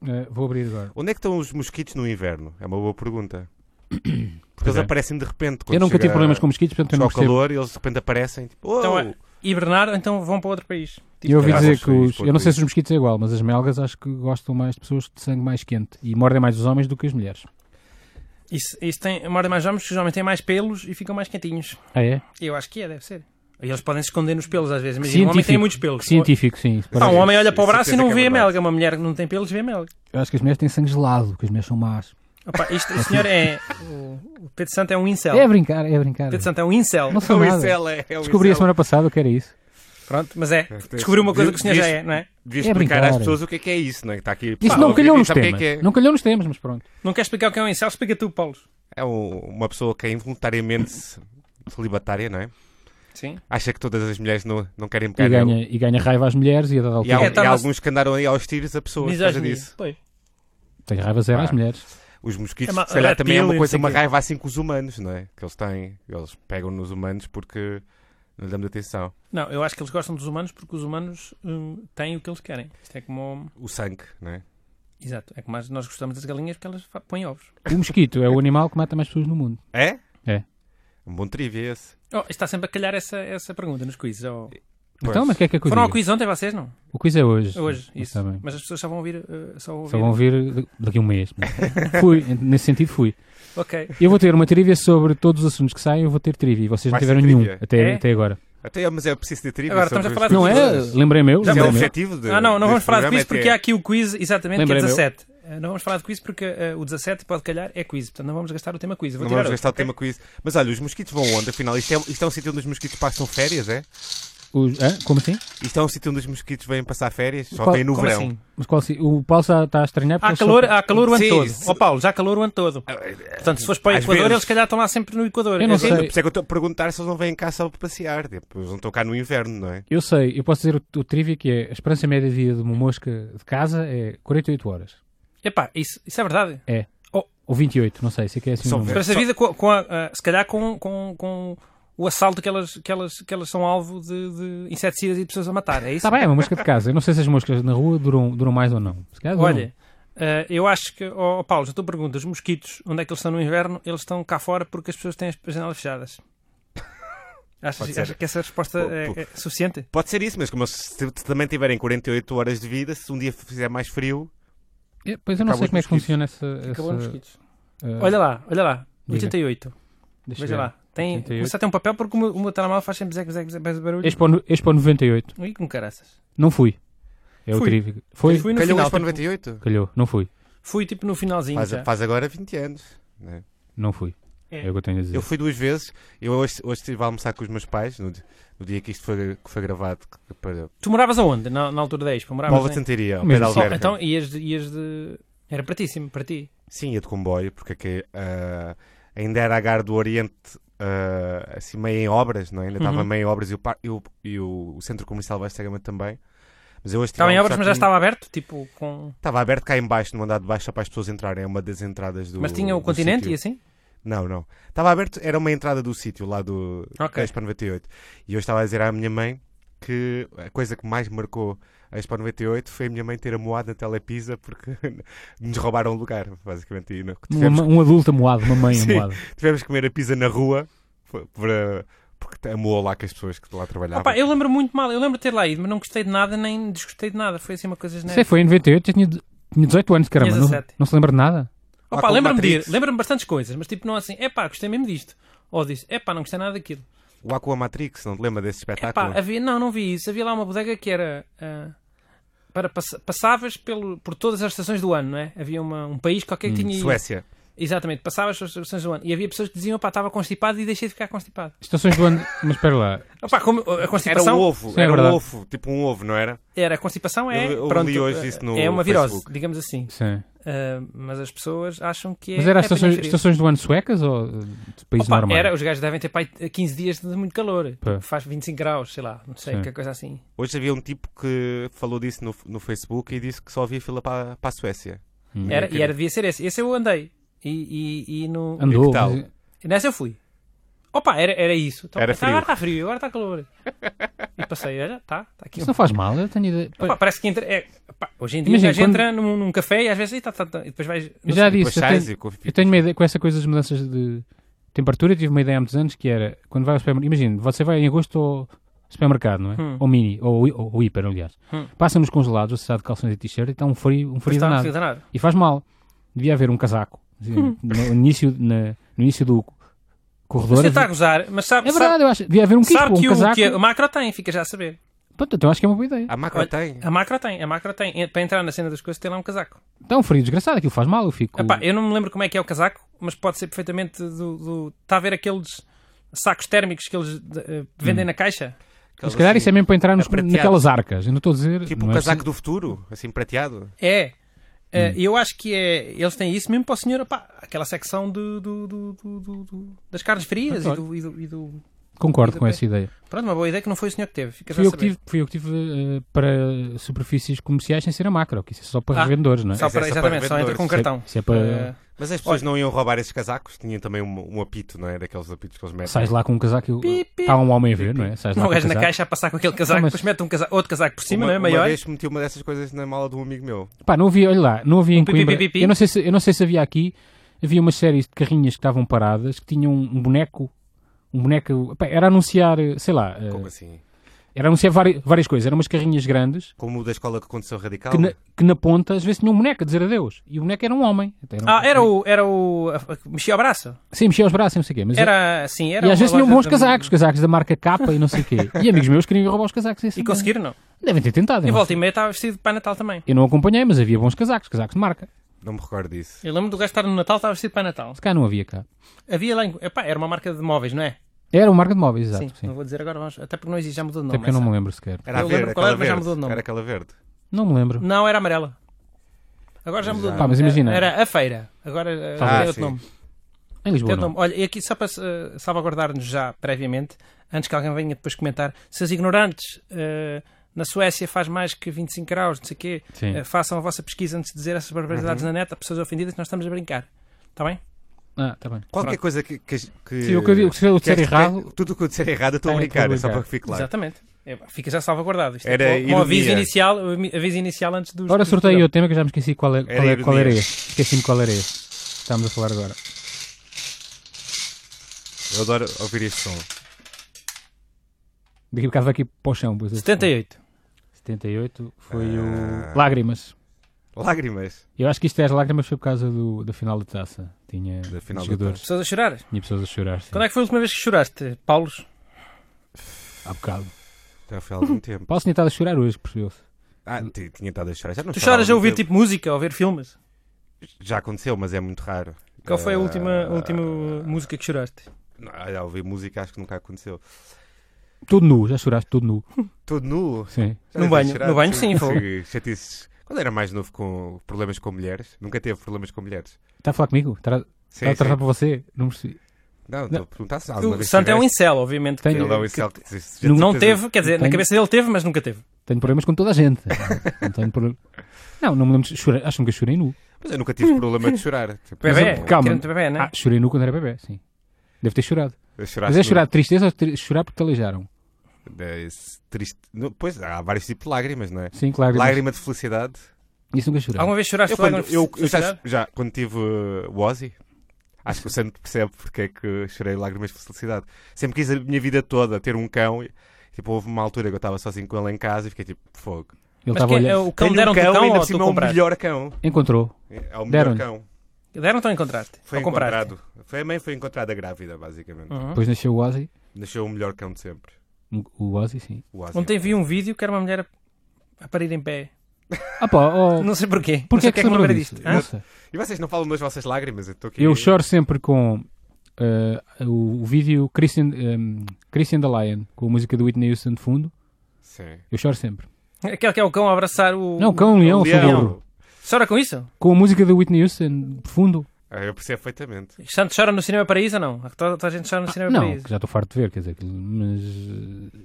A: Eh, vou abrir agora.
C: Onde é que estão os mosquitos no inverno? É uma boa pergunta. Porque
A: Pois
C: eles
A: é.
C: aparecem de repente. Quando
A: Eu nunca
C: chega
A: tive problemas com mosquitos, portanto eu
C: Chega
A: não
C: o
A: percebo.
C: calor e eles de repente aparecem. Tipo, oh,
B: Então é. Hibernar, então vão para outro país.
A: E eu ouvi
C: Ah,
A: dizer
C: vocês,
A: que os. Eu não sei
C: portugueses.
A: se os mosquitos é igual, mas as melgas acho que gostam mais de pessoas de sangue mais quente e mordem mais os homens do que as mulheres.
B: Isso, isso tem. Mora mais homens que geralmente têm mais pelos e ficam mais quentinhos.
A: Ah, é?
B: Eu acho que é, deve ser. E eles podem se esconder nos pelos às vezes. Imagina, um homem
A: científico.
B: tem muitos pelos.
A: Que científico, sim. isso
B: Ah,
A: parece.
B: um homem olha para o
C: Isso,
B: braço e
C: certeza
B: não
C: que é
B: vê a
C: verdade.
B: melga. Uma mulher que não tem pelos vê a melga.
A: Eu acho que as mulheres têm sangue gelado, que as mulheres são más.
B: Opa, isto, o senhor é. O o Pedro Santo é um incel.
A: É a brincar, é a brincar.
B: Pedro Santo é um incel.
A: Não sou
C: o
A: nada.
C: Excel é, é o
A: Descobri a
C: Excel.
A: semana passada o que era isso.
B: Pronto, mas é. Descobriu uma coisa que o senhor já é, não é?
C: Devias
A: É
C: explicar
A: brincar.
C: às pessoas o que é que é isso, não é? Que Está aqui.
A: Isso
C: Pá,
A: não
C: alguém
A: calhou nos
C: sabe o que é
A: temas.
C: que é?
A: Não calhou nos temas, mas pronto.
B: Não quer explicar o que é um incel? Explica tu, Paulo.
C: É um- uma pessoa que é involuntariamente ce- celibatária, não é?
B: Sim.
C: Acha que todas as mulheres não, não querem
A: E
C: pegar nele.
A: ganha, e ganha raiva às mulheres e a dada
C: E há,
A: altura
B: É, tá-
C: e há
B: mas-
C: alguns que andaram aí aos tiros a pessoas por causa disso.
B: Pois.
A: tem raiva zero
C: Ah.
A: às mulheres.
C: Os
B: É
C: mosquitos,
B: uma-
C: se calhar, também é
B: reptil e
C: uma
B: não
C: coisa,
B: sei
C: uma
B: quê.
C: raiva assim com os humanos, não é? Que eles têm. Eles pegam nos humanos porque não lhe damos atenção.
B: Não, eu acho que eles gostam dos humanos porque os humanos hum, têm o que eles querem. Isto é como.
C: O sangue, não é?
B: Exato. É como as- nós gostamos das galinhas porque elas fa- põem ovos.
A: O mosquito é o animal que mata mais pessoas no mundo.
C: É?
A: É.
C: Um bom trivia esse.
B: Oh, está sempre a calhar essa, essa pergunta nos quizzes. ou-
C: Pois.
A: Então, mas o que é que é que eu
B: Foram ao
A: digo?
B: quiz ontem vocês, não?
A: O quiz é hoje.
B: Hoje,
A: Mas
B: isso.
A: tá bem.
B: Mas as pessoas só vão ouvir. eh, só
A: Só
B: ouvir.
A: vão vir da- daqui a um mês. né? fui, nesse sentido fui.
B: Ok.
A: Eu vou ter uma trivia sobre todos os assuntos que saem, eu vou ter trivia. E vocês não
C: Vai ser
A: tiveram nenhum
C: trivia.
A: até,
B: É?
A: até agora.
C: Até, mas é preciso de trivia.
B: Agora, estamos
C: sobre
B: a falar
C: os
B: de
A: Não é?
C: mosquitos.
A: Lembrei meu?
B: Já
C: Isso é o
A: Lembrei meu.
C: objetivo de.
B: Ah, não, não vamos
C: deste
B: falar de
C: programa,
B: quiz
C: é ter-
B: porque há aqui o quiz, exatamente, que é
A: Lembrei-me eu.
B: 17. Eh, Não vamos falar de quiz porque eh, o 17 pode calhar é quiz, portanto não vamos gastar o tema quiz. Eu Vou
C: Não
B: tirar
C: vamos gastar o tema com isso. Mas olha, os mosquitos vão onde? Afinal, isto é, isto é um sítio onde os mosquitos passam férias, é?
A: Os- hã? Como assim?
C: Isto é um sítio onde os mosquitos vêm passar férias? Só
A: Qual-
C: tem no
B: Como
C: verão.
B: assim?
A: Mas qual, se- o Paulo está está a estranhar porque
B: Há
A: eles só-
B: calor, há calor o ano
C: Sim,
B: todo.
C: se-
B: Ó Paulo, já há calor o ano todo. Portanto, se fores para o
C: Às
B: Equador,
C: vezes.
B: eles se calhar estão lá sempre no Equador.
A: Eu não
B: É
A: sei.
C: Sim, por isso é que eu estou a perguntar se eles não vêm cá só para passear. Tipo, eles não estão cá no inverno, não é?
A: Eu sei, eu posso dizer o, o trivia que é a esperança média de vida de uma mosca de casa é 48 horas.
B: Epá, isso, isso é verdade.
A: É.
B: Oh.
A: Ou 28, não sei, sei que é assim. o
C: Só
A: número.
B: Para essa vida, com, com a- ah, se calhar com, com, com o assalto que elas, que elas, que elas são alvo de, de inseticidas e de pessoas a matar, é isso?
A: Está bem, é uma mosca de casa. Eu não sei se as moscas na rua duram, duram mais ou não. Se calhar duram.
B: Olha, eh, eu acho que, oh, Paulo, já tu perguntas, os mosquitos, onde é que eles estão no inverno? Eles estão cá fora porque as pessoas têm as janelas fechadas.
C: Pode
B: Achas,
C: ser.
B: achas que essa resposta
C: Pô,
B: é,
C: pô.
B: é suficiente?
C: Pode ser isso, mas como eles se se também tiverem 48 horas de vida, se um dia fizer mais frio,
A: É, Pois eu não
C: Acabou
A: sei
C: os
A: como é que
C: mosquitos.
A: funciona essa.
B: Acabou os
A: essa,
B: mosquitos.
C: é.
A: eh,
B: Olha lá, olha lá,
A: Diga.
B: 88.
A: deixa
B: Veja
A: eu ver.
B: lá. Tem,
A: 88.
B: começa a ter um papel porque o meu, o meu telemóvel faz sempre zec, zec, zec, zec, barulho.
A: Expo, no- Expo 98.
B: Ui, com caraças.
A: Não fui. É o
B: Fui.
A: trivia. Foi?
B: Fui no
C: calhou
B: final.
C: isso para
B: tipo,
C: 98.
A: Calhou. Não fui.
B: fui tipo no finalzinho.
C: Faz,
B: já.
C: faz agora 20 anos. né?
A: Não fui.
B: É.
A: É o que eu tenho a dizer.
C: Eu fui duas vezes. Eu hoje, hoje estive a almoçar com os meus pais, no, di- no dia que isto foi, que foi gravado, que- para
B: Tu moravas aonde? Na, na altura da Expo? Moravas
C: Nova
B: em-
C: Santaria, ao pé
A: Mesmo
C: de
A: só,
B: Só-
C: Alverca.
B: é. Então ias de, ias de. Era pratíssimo, para ti.
C: Sim, ia de comboio, porque aqui, ah, ainda era a Gar do Oriente, ah, assim, meio em obras, não é? Ainda estava
B: Uhum.
C: meio em obras e o, par- e o- e o- o Centro Comercial Vasco da Gama também. Mas eu hoje estive
B: Estava em
C: a
B: obras,
C: almoçar
B: mas já
C: com-
B: estava aberto? Tipo, com.
C: Estava aberto cá em baixo, no andar de baixo, só para as pessoas entrarem. É uma das entradas do
B: Mas tinha o
C: do
B: continente
C: sítio.
B: e assim?
C: Não, não. Estava aberto, era uma entrada do sítio lá do
B: Ok.
C: da Expo 98. E eu estava a dizer à minha mãe que a coisa que mais marcou a Expo 98 foi a minha mãe ter amoado na telepisa porque nos roubaram o lugar, basicamente. E não- tivemos,
A: Uma- um adulto amoado, uma mãe
C: Sim.
A: amoada.
C: tivemos que comer a pizza na rua por- por- porque amoou lá com as pessoas que lá trabalhavam.
B: Opa, eu lembro muito mal, eu lembro de ter lá ido, mas não gostei de nada, nem desgostei de nada. Foi assim uma coisa
A: Sei,
B: genérica.
A: foi em 98, eu tinha, tinha 18 anos, caramba.
B: Tinha
A: Não,
B: 17.
A: não se lembra de nada?
C: Lá
B: Opa,
C: com o
B: lembro-me de ir,
C: Matrix.
B: lembro-me bastantes coisas, mas tipo, não assim, epá, gostei mesmo disto. Ou disse, epá, não gostei nada daquilo.
C: O Aquamatrix, não te lembra desse
B: Epá,
C: espetáculo?
B: havia, não, não vi isso. Havia lá uma bodega que era. ah, para pass- passavas pelo, por todas as estações do ano, não é? Havia uma- um país qualquer que tinha.
C: Hum, Suécia.
B: Exatamente, passavas para São João e havia pessoas que diziam, opá, estava constipado e deixei de ficar constipado.
A: Estações do ano. Mas espera lá.
B: Opá, como a
C: Era um
B: constipação
C: ovo,
A: Sim, é
C: era um
A: verdade.
C: ovo, tipo um ovo, não era?
B: era a constipação é,
C: Eu- eu
B: pronto,
C: li hoje isso no
B: é uma virose,
C: Facebook.
B: digamos assim.
A: Sim.
B: Ah, mas as pessoas acham que é
A: Mas era
B: é
A: as estações,
B: apanhar frio.
A: estações do ano suecas ou eh, de países
B: Opa,
A: normais?
B: era, os gajos devem ter pai, 15 dias de muito calor,
A: Pá.
B: faz 25 graus, sei lá, não sei,
A: Sim.
B: que coisa assim.
C: Hoje havia um tipo que falou disso no, no Facebook e disse que só havia fila para, para a Suécia.
A: Hum.
B: Era,
C: Ok.
B: e era, devia ser esse. Esse eu andei. E, e, e no...
A: Andou.
C: que tal?
A: mas-
B: nessa eu fui. Opa, era, era isso. Então,
C: Era
B: tá, Agora está frio, agora está calor. E passei, olha, tá, tá aqui.
A: Isso não faz mal, eu tenho ideia.
B: Opa, parece que entra. é, opa, hoje em dia
A: Imagina,
B: a gente
A: quando-
B: entra num, num café e às vezes. "Ih, tá, tá, tá", e depois vais.
A: Eu já disse,
C: Depois
A: eu
C: sais
A: tenho,
C: e co-
A: eu tenho uma ideia, com essa coisa das mudanças de temperatura, eu tive uma ideia há muitos anos que era, quando vai ao supermercado, imagina, você vai em agosto ao supermercado, não é?
B: Hum.
A: Ou mini, ou, ou, ou hiper, aliás. Passa nos congelados, você está de calções e t-shirt e está um frio, um frio
B: Depois tá, não
A: danado.
B: sei danado.
A: E faz mal. Devia haver um casaco.
B: Hum.
A: No, início, na- no início do corredor.
B: Você está a gozar, mas sabe,
A: É verdade, eu acho. Devia haver um quispo,
B: sabe, sabe
A: um
B: que, é o,
A: casaco.
B: que a macro tem, fica já a saber.
A: Pronto, então acho que é uma boa ideia.
C: A macro
B: Olha,
C: tem.
B: A macro tem, a macro tem. En- Para entrar na cena das coisas tem lá um casaco.
A: Está um frio desgraçado, aquilo faz mal, eu fico...
B: Epá, eu não me lembro como é que é o casaco, mas pode ser perfeitamente do. do- Está a ver aqueles sacos térmicos que eles de- eh, vendem
A: Hum.
B: na caixa?
A: Mas se calhar isso é mesmo para entrar nos-
C: prateado.
A: naquelas arcas. Eu não estou a dizer...
C: Tipo
A: não
C: um
A: é
C: casaco do futuro, assim prateado.
B: É.
A: Hum.
B: Eh, Eu acho que é, eles têm isso mesmo para o senhor, opá, aquela secção do, do- do- do- do- do- das carnes frias e do- e do- e do
A: preciso- Concordo
B: Tudo
A: com
B: bem.
A: essa ideia.
B: Pronto, uma boa ideia que não foi o senhor que teve. Fica já
A: Fui
B: a
A: eu, que
B: saber.
A: tive, fui eu que tive eh, para superfícies comerciais sem ser a macro, que isso é só para
B: Ah,
A: revendedores, não é?
B: Só
C: Mas é
B: para,
C: só
B: exatamente,
C: para
B: só entra com um
C: vendedores.
B: cartão.
A: Se é para-
B: Eh,
C: Mas as pessoas não iam roubar esses casacos, tinham também um, um apito, não é? Daqueles apitos que eles
B: Eh,
C: metem.
A: Sais lá com um casaco
B: Pi,
A: e
B: pi.
A: está um homem a ver, não é? Sais lá
B: não,
A: com
B: o
A: um
B: gajo na
A: casaco.
B: caixa a passar com aquele casaco,
A: Não, mas-
B: depois mete um casaco, outro casaco por cima,
C: uma,
B: não é? Maior.
C: uma vez meti uma dessas coisas na mala do amigo meu.
A: Pá, não havia, olha lá, não havia em
B: pi,
A: Coimbra.
B: pi, pi, pi.
A: Eu, não sei se, eu não sei se havia aqui, havia umas séries de carrinhas que estavam paradas que tinham um boneco. Um boneco. pá, era anunciar, eh, sei lá, eh,
C: Como assim?
A: era anunciar vari- várias coisas. Eram umas carrinhas grandes
C: Como o da escola que aconteceu radical?
A: que na, que na ponta às vezes tinha um boneco a dizer adeus. E o boneco era um homem. Até um-
B: Ah, era o. Era o a- a- mexia o braço.
A: Sim, mexia os braços, e não sei o quê. Mas
B: Era assim, era.
A: e às vezes
B: uma
A: tinham bons
B: loja de-
A: casacos, casacos da marca K e não sei o quê. E amigos meus queriam ir roubar os casacos. assim,
B: E conseguiram, não.
A: Devem ter tentado.
B: E
A: eu não é?
B: volta e meia estava vestido de Pai Natal também.
A: Eu não acompanhei, mas havia bons casacos, casacos de marca.
C: Não me recordo disso.
B: Eu lembro do gajo estar no Natal, estava vestido de Pai Natal.
A: Se cá não havia cá.
B: Havia lá. Em... Epá, era uma marca de móveis, não é?
A: Era uma marca de móveis, exato. Sim,
B: Não vou dizer agora, vamos... até porque não existe, já mudou de
A: Até
B: nome. né?
A: porque eu não
B: essa.
A: me lembro sequer.
C: Era a
B: Eu
C: verde,
B: lembro qual
C: aquela
B: era, mas já mudou o
C: verde.
B: nome.
C: Era aquela verde.
A: Não me lembro.
B: Não, era amarela. Agora já mudou de
A: Pá,
B: nome.
A: mas imagina.
B: Era era a feira. Agora eh,
A: Talvez.
B: tem
C: Ah,
B: outro
C: sim.
B: nome.
A: Em Lisboa.
B: Teu
A: não.
B: nome. Olha, e aqui só para eh, salvaguardar-nos já previamente, antes que alguém venha depois comentar, se as ignorantes eh, na Suécia faz mais que 25 graus, não sei o quê,
A: Sim.
B: eh, façam a vossa pesquisa antes de dizer essas barbaridades
C: Uhum.
B: na net a pessoas ofendidas, nós estamos a brincar. Está bem?
A: Ah, tá bem.
C: Qualquer
B: Pronto.
C: coisa que. que, que
A: Sim, o que eu digo, se eu disser
C: que-
A: errado-
C: Tudo o que eu disser errado, eu estou a
A: Tem,
C: brincar,
A: estou a
C: é só
A: brincar.
C: para que fique claro.
B: Exatamente. É, fica já salvaguardado. Isto é
C: Era
B: com- com o aviso
C: ironia.
B: inicial, o ami- aviso inicial antes dos.
A: Agora
B: dos-
A: sorteio o tema que eu já me esqueci qual, é, qual, é,
C: Era
A: qual era
C: ironia.
A: este. Esqueci-me qual era este. Estamos a falar agora.
C: Eu adoro ouvir este som.
A: Daqui a bocado vai aqui para o chão. pois é.
B: 78.
A: 78 foi
B: Ah.
A: o. Lágrimas.
C: Lágrimas.
A: Eu acho que isto é as lágrimas foi por causa do, da final da taça. Tinha
C: Da final da
A: jogadores.
B: Pessoas a chorar.
A: Tinha pessoas a chorar. Sim.
B: Quando é que foi a última vez que choraste, Paulos?
A: Há bocado.
C: Já foi há algum tempo.
A: Paulo tinha estado a chorar hoje, percebeu-se.
C: Ah, t- tinha estado a chorar. Já não
B: Tu
C: chorava há
B: choras a
C: algum
B: ouvir
C: tempo.
B: tipo música, a ouvir filmes?
C: Já aconteceu, mas é muito raro.
B: Qual foi a
C: Ah,
B: última, a última música que choraste?
C: não, Já ouvi música, acho que nunca aconteceu.
A: Todo nu, já choraste todo nu.
C: Todo nu.
A: Sim.
C: Já
B: No
C: deves
B: banho-
C: chorar,
B: no banho sim, foi.
C: que chatices. Quando era mais novo com problemas com mulheres, nunca teve problemas com mulheres.
A: Está a falar comigo? Está
C: Sim,
A: está a tratar
B: tá,
C: sim.
A: para você? Não percebi.
C: Não, estou a perguntar se alguma
B: O
C: vez
B: Santo é um
C: tiveste.
B: incel, obviamente. que-
A: Tenho-
C: Ele é um
B: que-
C: incel que existe. Já
A: Não
B: Não
C: certeza.
B: teve, quer dizer, na
A: Tenho-
B: cabeça dele teve, mas nunca teve.
A: Tenho problemas com toda a gente. Não tenho problema. Não, não me lembro. de chorar. Acho que nunca chorei nu.
C: Mas eu nunca tive problema de chorar. Tipo,
A: Mas,
B: Bebé,
A: calma.
B: querendo bebé, né?
A: Ah, chorei nu quando era bebê, sim. Deve ter chorado.
C: eu
A: Mas
C: choraste
A: é chorar de tristeza ou tri- chorar porque te aleijaram?
C: no- é esse triste. no- Pois há vários tipos de lágrimas, não é?
A: Sim, claro.
C: Lágrima de felicidade.
A: Isso nunca chorei.
B: Alguma vez choraste
C: Eu, quando,
B: lá na
C: eu, eu já,
B: sociedade?
C: já- quando tive uh, o Ozzy, acho que o Santo percebe porque é que chorei lágrimas de felicidade. Sempre quis a minha vida toda ter um cão. E, tipo, houve uma altura que eu estava sozinho com ele em casa e fiquei tipo, fogo.
A: Ele
B: Mas
A: estava
B: quem, é
A: olhando.
B: o cão
C: Tenho um
B: deram-te o
C: cão
B: cão
C: ainda
B: ou
C: por
B: tu
C: cima é o
B: compraste?
C: melhor cão.
A: Encontrou.
C: É o melhor
A: Deram-lhe.
C: cão.
B: Deram-te ou encontraste?
C: Foi
B: ou compraste?
C: encontrado. Foi, a mãe foi encontrada grávida, basicamente.
B: Uhum.
A: Depois nasceu o Ozzy.
C: Nasceu o melhor cão de sempre.
A: Um- O Ozzy, sim.
C: O Ozzy.
B: Ontem vi um vídeo que era uma mulher a- a parir em pé.
A: Ah pá, oh,
B: Não sei porquê. Não
A: porquê
B: sei
A: é que
B: porque
A: se
B: é que me
A: lembrou
B: lembrei
A: disso?
B: disto. Hã?
A: Não sei.
C: E vocês não falam das vossas lágrimas? Eu estou aqui.
A: Eu choro sempre com eh, o, o vídeo Christian, ehm, Christian the Lion, com a música do Whitney Houston de fundo.
C: Sim.
A: Eu choro sempre.
B: Aquele que é o cão a abraçar o.
A: Não, cão, leão, leão.
C: Um Leão.
B: Chora com isso?
A: Com a música do Whitney Houston de fundo.
C: Ah, eu percebo perfeitamente.
B: Santos chora no Cinema Paraíso ou não? Toda, toda a gente chora no Cinema
A: Não,
B: Paraíso.
A: que já estou farto de ver, quer dizer, aquilo- mas eh,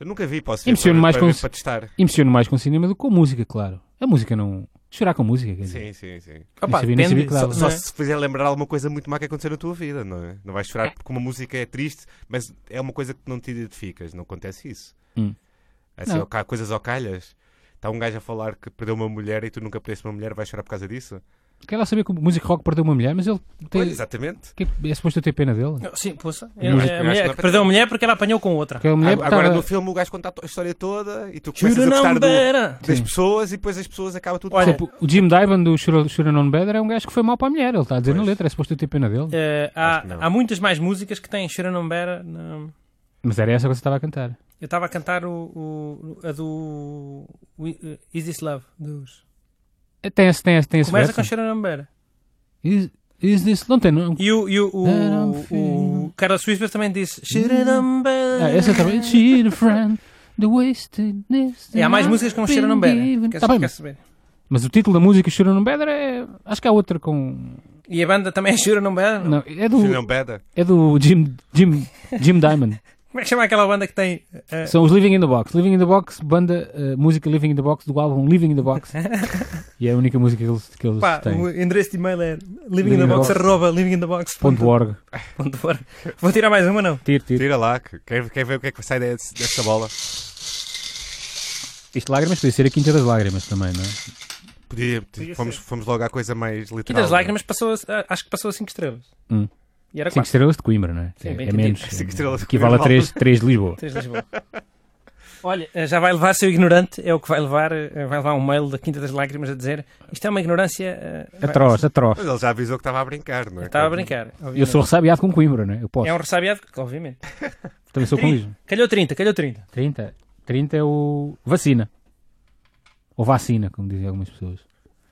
C: Eu nunca vi, posso ver
A: Impressiono
C: para,
A: mais
C: para,
A: com
C: ver,
A: os-
C: para testar.
A: emociono mais com cinema do que com música, claro. A música não. Chorar com música, quer dizer.
C: Sim, sim, sim.
B: Opa,
A: nem sabia- nem
B: depende.
A: sabia que dava.
B: Só-
C: Só
B: só se-
C: se fizer lembrar alguma coisa muito má que aconteceu na tua vida, não é? Não vais chorar porque uma música é triste, mas é uma coisa que não te identificas, não acontece isso.
A: Hum.
C: Assim,
A: Não.
C: ao ca- coisas ao calhas. Está um gajo a falar que perdeu uma mulher e tu nunca perdeste uma mulher, vais chorar por causa disso?
A: Quer lá saber que o músico rock perdeu uma mulher, mas ele tem.
C: Pois, exatamente.
A: que é, é suposto eu ter pena dele?
B: Sim, poça. É,
A: Eu acho-
B: é,
C: eu
B: a
C: acho
B: mulher
C: que não
B: que
C: é
B: perdeu a mulher porque ela apanhou com outra.
A: Aquela mulher
C: Ah,
A: tá-
C: Agora
A: estava-
C: no filme o gajo conta a to- a história toda e tu começas
B: Jura
C: a
B: não,
C: gostar do-
B: beira!
C: das
A: Sim.
C: pessoas e depois as pessoas acabam tudo
B: Olha,
A: Tipo, o Jim Diamond do Shura Shura Non Better é um gajo que foi mau para a mulher. Ele está a dizer na
C: Pois.
A: letra, é suposto eu ter pena dele.
B: Eh,
C: que não.
B: há, há muitas mais músicas que têm Chora Não Beira. na-
A: Mas era essa que você estava a cantar.
B: Eu estava a cantar o, o- a do o- eh, Is This Love? Dos...
A: Tem esse, tem esse, tem esse
B: Começa
A: verso.
B: com Chora Não Beira.
A: Is, is this... Não tem, não.
B: E o, e o, o,
A: That I'm
B: o,
A: feeling.
B: Carlos Whisper também disse Chora Não Beira.
A: Ah, essa também. Cheat a friend, the wastedness...
B: E É, há mais
A: that
B: músicas com Chora
A: I've
B: Não
A: been
B: Better.
A: given.
B: Quer-
A: Tá bem,
B: quer
A: mas,
B: saber?
A: mas o título da música Shura Non Better é... Acho que há outra com...
B: E a banda também é Chora Não Beira? não?
A: Não, é do,
C: Filho não beda.
A: é do Jim, Jim, Jim Diamond.
B: Como é que chama aquela banda que tem. eh,
A: São os Living in the Box. Living in the Box, banda, eh, música Living in the Box do álbum Living in the Box. e é a única música que eles, que eles
B: pá,
A: têm.
B: o endereço de e-mail é
A: Livinginthebox.
B: livinginthebox.org.
A: Ponto .org.
B: Ponto org. Vou tirar mais uma, não?
A: Tiro, tiro.
C: Tira lá, que- quer, quer ver o que é que sai desse- desta bola?
A: Isto lágrimas podia ser a quinta das lágrimas também, não é?
C: Podia,
B: Podia
C: fomos,
B: ser.
C: fomos logo à coisa mais literal.
B: Aqui das
C: não é?
B: lágrimas passou, a- ah, acho que passou a 5 estrelas.
A: Hum.
B: E era
A: 5
B: 4.
A: estrelas de Coimbra, não é?
B: Sim,
A: é,
B: bem
A: é
B: entendido.
A: menos.
C: Cinco estrelas de
A: Equivale a
C: Coimbra.
A: 3 de Lisboa.
B: Olha, eh, já vai levar, seu ignorante, é o que vai levar, eh, vai levar um mail da Quinta das Lágrimas a dizer isto é uma ignorância. eh,
A: Atroz, atroz.
C: Mas ele já avisou que estava a brincar, não é?
B: vai- Estava a brincar.
A: Eu sou ressabiado com Coimbra, não é? Eu posso.
B: É um ressabiado, obviamente.
A: Também sou com
B: Tri-
A: Lisboa.
B: Calhou 30, calhou 30.
A: 30. 30 é o. Vacina. Ou vacina, como dizem algumas pessoas.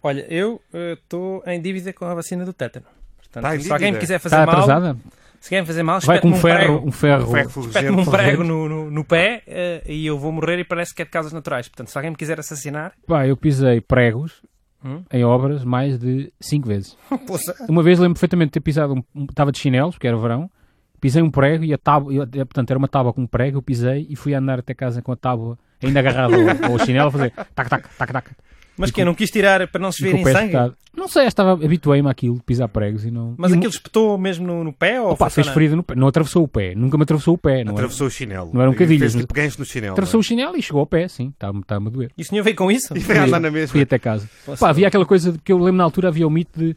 B: Olha, eu estou em dívida com a vacina do tétano. Portanto,
C: Tá em
B: se alguém me
C: dívida?
B: quiser fazer
A: Está
B: mal,
A: atrasada?
B: se querem fazer mal,
A: Vai com
B: espete-me
A: um ferro.
B: prego.
A: Um ferro.
C: Ferro é
B: Espete-me um
C: fulgente.
B: prego no, no- no pé eh, e eu vou morrer e parece que é de causas naturais. Portanto, se alguém me quiser assassinar,
A: Pá, eu pisei pregos
B: Hum? é.
A: em obras mais de 5 vezes.
B: poça,
A: Uma vez lembro perfeitamente de ter pisado, um- um- estava de chinelos, porque era verão, pisei um prego e a tábua, eu- eh, portanto era uma tábua com um prego, eu pisei e fui andar até casa com a tábua ainda agarrada ao, ao chinelo a fazer tac, tac, tac, tac.
B: mas que eu não quis tirar para não se
A: e com
B: verem
A: o pé
B: sangue.
A: espetado. Não sei, estava habituei-me àquilo de pisar pregos e não...
B: Mas
A: e
B: aquilo espetou mesmo no, no pé ou
A: Opa,
B: foi só
A: fez
B: na-
A: ferida no pé, não atravessou o pé, nunca me atravessou o pé, não é?
C: Atravessou um o chinelo.
A: Não eram
C: E
A: cadilhas,
C: Fez
A: mas-
C: tipo gancho no chinelo.
A: Atravessou o chinelo e chegou ao pé, sim, estava-me estava-me a doer.
B: E o senhor veio com isso?
C: não é? E vai andar na mesma.
A: Fui até casa. Pá, havia aquela coisa de- que eu lembro na altura havia o mito de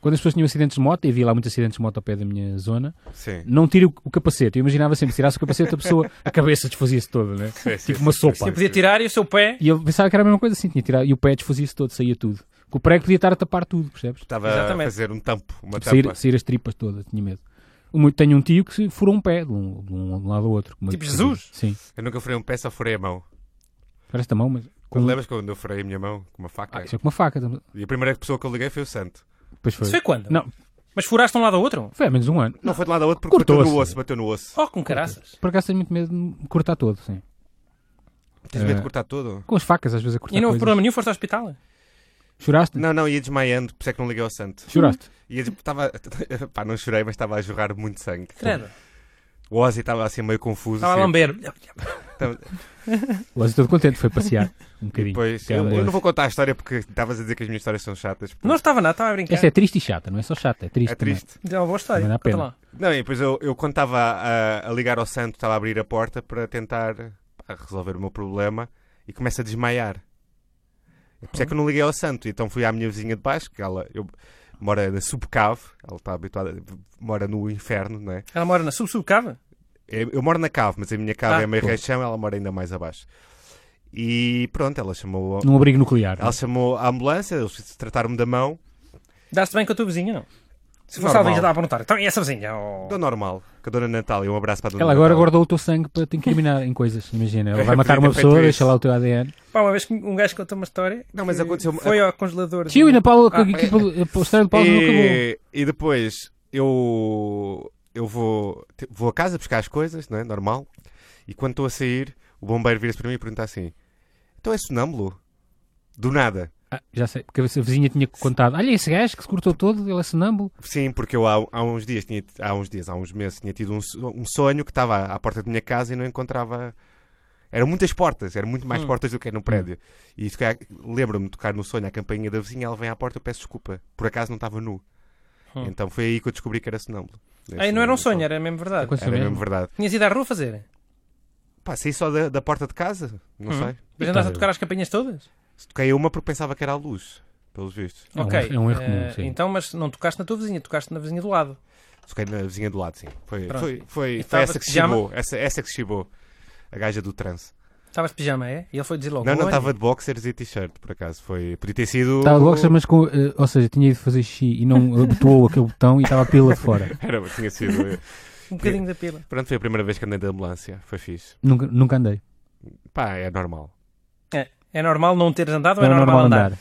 A: quando as pessoas tinham acidentes de moto, e havia lá muitos acidentes de moto ao pé da minha zona,
C: é? Sim.
A: não tire o, Hum. o capacete. Eu imaginava sempre, se tirasse o capacete, a pessoa, a cabeça desfazia-se toda, né?
C: sim,
A: tipo uma
C: sim,
A: sopa.
B: Você podia tirar e o seu pé.
A: E eu pensava que era a mesma coisa assim, tinha tirado, e o pé desfazia-se todo, saía tudo. Que o prego podia estar a tapar tudo, percebes?
C: Estava
B: Exatamente.
C: a fazer um tampo, uma tampa.
A: Tipo Sair, sair as tripas todas, tinha medo. O meu- Tenho um tio que se furou um pé de um, de um- de um lado ao outro. Uma-
B: Tipo Jesus?
A: Sim,
C: Eu nunca furei um pé, só furei a mão.
A: parece da mão, mas.
C: Quando levas quando eu furei a minha mão com uma faca?
A: um Ah, isso é com uma faca.
C: E a primeira pessoa que eu liguei foi o santo.
A: Depois foi.
B: Isso foi quando?
A: Não,
B: Mas furaste de um lado ao outro?
A: foi há menos de um ano.
C: Não foi de lado a outro porque bateu no
A: Cortou-se.
C: osso, bateu no osso.
B: Oh, com caraças.
A: Por acaso tenho muito medo de me cortar todo, sim. Ah,
C: Tens
A: é.
C: medo de cortar tudo?
A: Com as facas, às vezes, a cortar
B: E não houve
A: coisas.
B: problema nenhum, foste ao hospital.
A: Choraste?
C: Não, não, ia desmaiando, por isso é que não liguei ao santo.
A: Choraste?
C: Ia, estava, pá, não chorei, mas estava a jorrar muito sangue.
B: Credo.
C: O Ozzy estava assim meio confuso.
B: Estava a
C: assim,
B: lamber.
C: estava-
A: O Ozzy todo contente, foi passear um bocadinho.
C: Pois,
A: É,
C: eu, eu
A: mas-
C: não vou contar a história porque estavas a dizer que as minhas histórias são chatas.
B: Não estava nada, estava a brincar.
A: Esta é triste e chata, não é só chata, é triste.
C: É triste.
B: É uma boa história.
A: Também dá
B: Conta
A: pena.
B: lá.
C: Não, e depois eu, eu quando estava a, a ligar ao santo, estava a abrir a porta para tentar pá, resolver o meu problema e começo a desmaiar. Por isso é que eu não liguei ao santo. Então fui à minha vizinha de baixo, que ela eu, mora na subcave, ela está habituada, mora no inferno, não é?
B: Ela mora na sub-subcava.
C: Eu eu moro na cave, mas a minha cave
B: Ah,
C: é meio
A: pois.
C: rechão, ela mora ainda mais abaixo. E pronto, ela chamou,
A: Num abrigo nuclear.
C: ela chamou a ambulância, eles trataram-me da mão
B: Dá-se bem com a tua vizinha, não? Se fosse alguém já estava a perguntar, então e essa vizinha? Oh,
C: Do normal. Com a Dona Natália, um abraço para a Dona
A: Ela agora
C: Natália.
A: guardou o teu sangue para te incriminar em coisas, imagina. Ela
C: Eu
A: vai matar
C: podia
A: uma
C: ter
A: pessoa,
C: feito
A: deixa
C: isso.
A: lá o teu ADN.
B: Pá, uma vez que um gajo contou uma história.
C: Não, mas
B: que
C: aconteceu-
B: Foi ao congelador.
A: Sim, eu e na Paula,
B: Ah,
A: a equipa, a história de Paulo não acabou.
C: é. E, e depois eu, eu vou, te- vou a casa buscar as coisas, não é? Normal. E quando estou a sair, o bombeiro vira-se para mim e pergunta assim: Então é sonâmbulo? Do nada.
A: Ah, já sei, porque a vizinha tinha contado. Olha esse gajo que se cortou todo, ele é sonâmbulo.
C: Sim, porque eu há, há uns dias, tinha, há uns dias, há uns meses, tinha tido um, so- um sonho que estava à porta da minha casa e não encontrava. Eram muitas portas, eram muito
B: Hum.
C: mais portas do que era no prédio. E se calhar lembro-me de tocar no sonho a campainha da vizinha, ela vem à porta, eu peço desculpa. Por acaso não estava nu.
B: Hum.
C: Então foi aí que eu descobri que era sonâmbulo.
B: Aí não era um sonho, era mesmo verdade.
A: Aconteceu
C: Era mesmo
A: mesmo.
C: verdade.
B: Tinhas ido à rua fazer?
C: Pá, saí só da, da porta de casa, não
B: Hum.
C: sei.
B: Mas
A: Então,
B: andaste a
A: eu-
B: tocar as campanhas todas?
C: Toquei uma porque pensava que era a luz, pelos vistos.
A: É um
B: ok.
A: erro- é um erro comum,
B: eh,
A: sim.
B: então, mas não tocaste na tua vizinha, tocaste na vizinha do lado.
C: Toquei na vizinha do lado, sim. Foi,
B: Pronto.
C: foi, foi,
B: E
C: foi
B: tava
C: essa que
B: de
C: se
B: pijama?
C: chibou. Essa, essa que se chibou. A gaja do trance.
B: Estavas de pijama, é? E ele foi dizer logo.
C: não, não
B: "Olha,
C: estava de boxers e t-shirt, por acaso. Foi, podia ter sido.
A: Estava de boxer, mas com. eh, ou seja, tinha ido fazer xixi e não abotoou aquele botão e estava a pila de fora.
C: Era, tinha sido.
B: Um bocadinho da pila.
C: Pronto, foi a primeira vez que andei de ambulância. Foi fixe.
A: Nunca, nunca andei.
C: Pá, é normal.
B: É, é normal não teres andado ou
A: Não
B: é
A: é
B: normal, andar?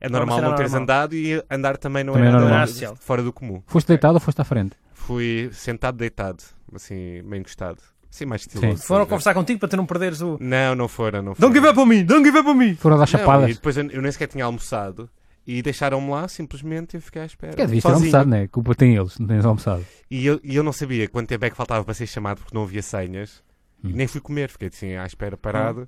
C: É
B: Não,
C: normal
B: mas era
C: não teres
B: normal.
C: andado e andar também não
A: Também
C: é
A: é normal.
C: nada
B: Social.
C: fora do comum.
A: Foste deitado ou foste à frente?
C: Fui sentado, deitado, assim, meio encostado. Assim, mais
A: Sim.
B: Foram
C: estiloso. estás a ver?
B: conversar contigo para tu não perderes o.
C: Não, não foram, não foram.
B: Don't give up on me! Don't give up on me!
A: Foram dar
C: Não,
A: chapadas.
C: e depois eu, eu nem sequer tinha almoçado e deixaram-me lá simplesmente e eu fiquei à espera.
A: Quer devias ter
C: sozinho.
A: almoçado, não é? Culpa tem eles, não tens almoçado.
C: E eu, e eu não sabia quanto tempo é que faltava para ser chamado porque não havia senhas. E
A: Hum.
C: nem fui comer, fiquei assim à espera parado,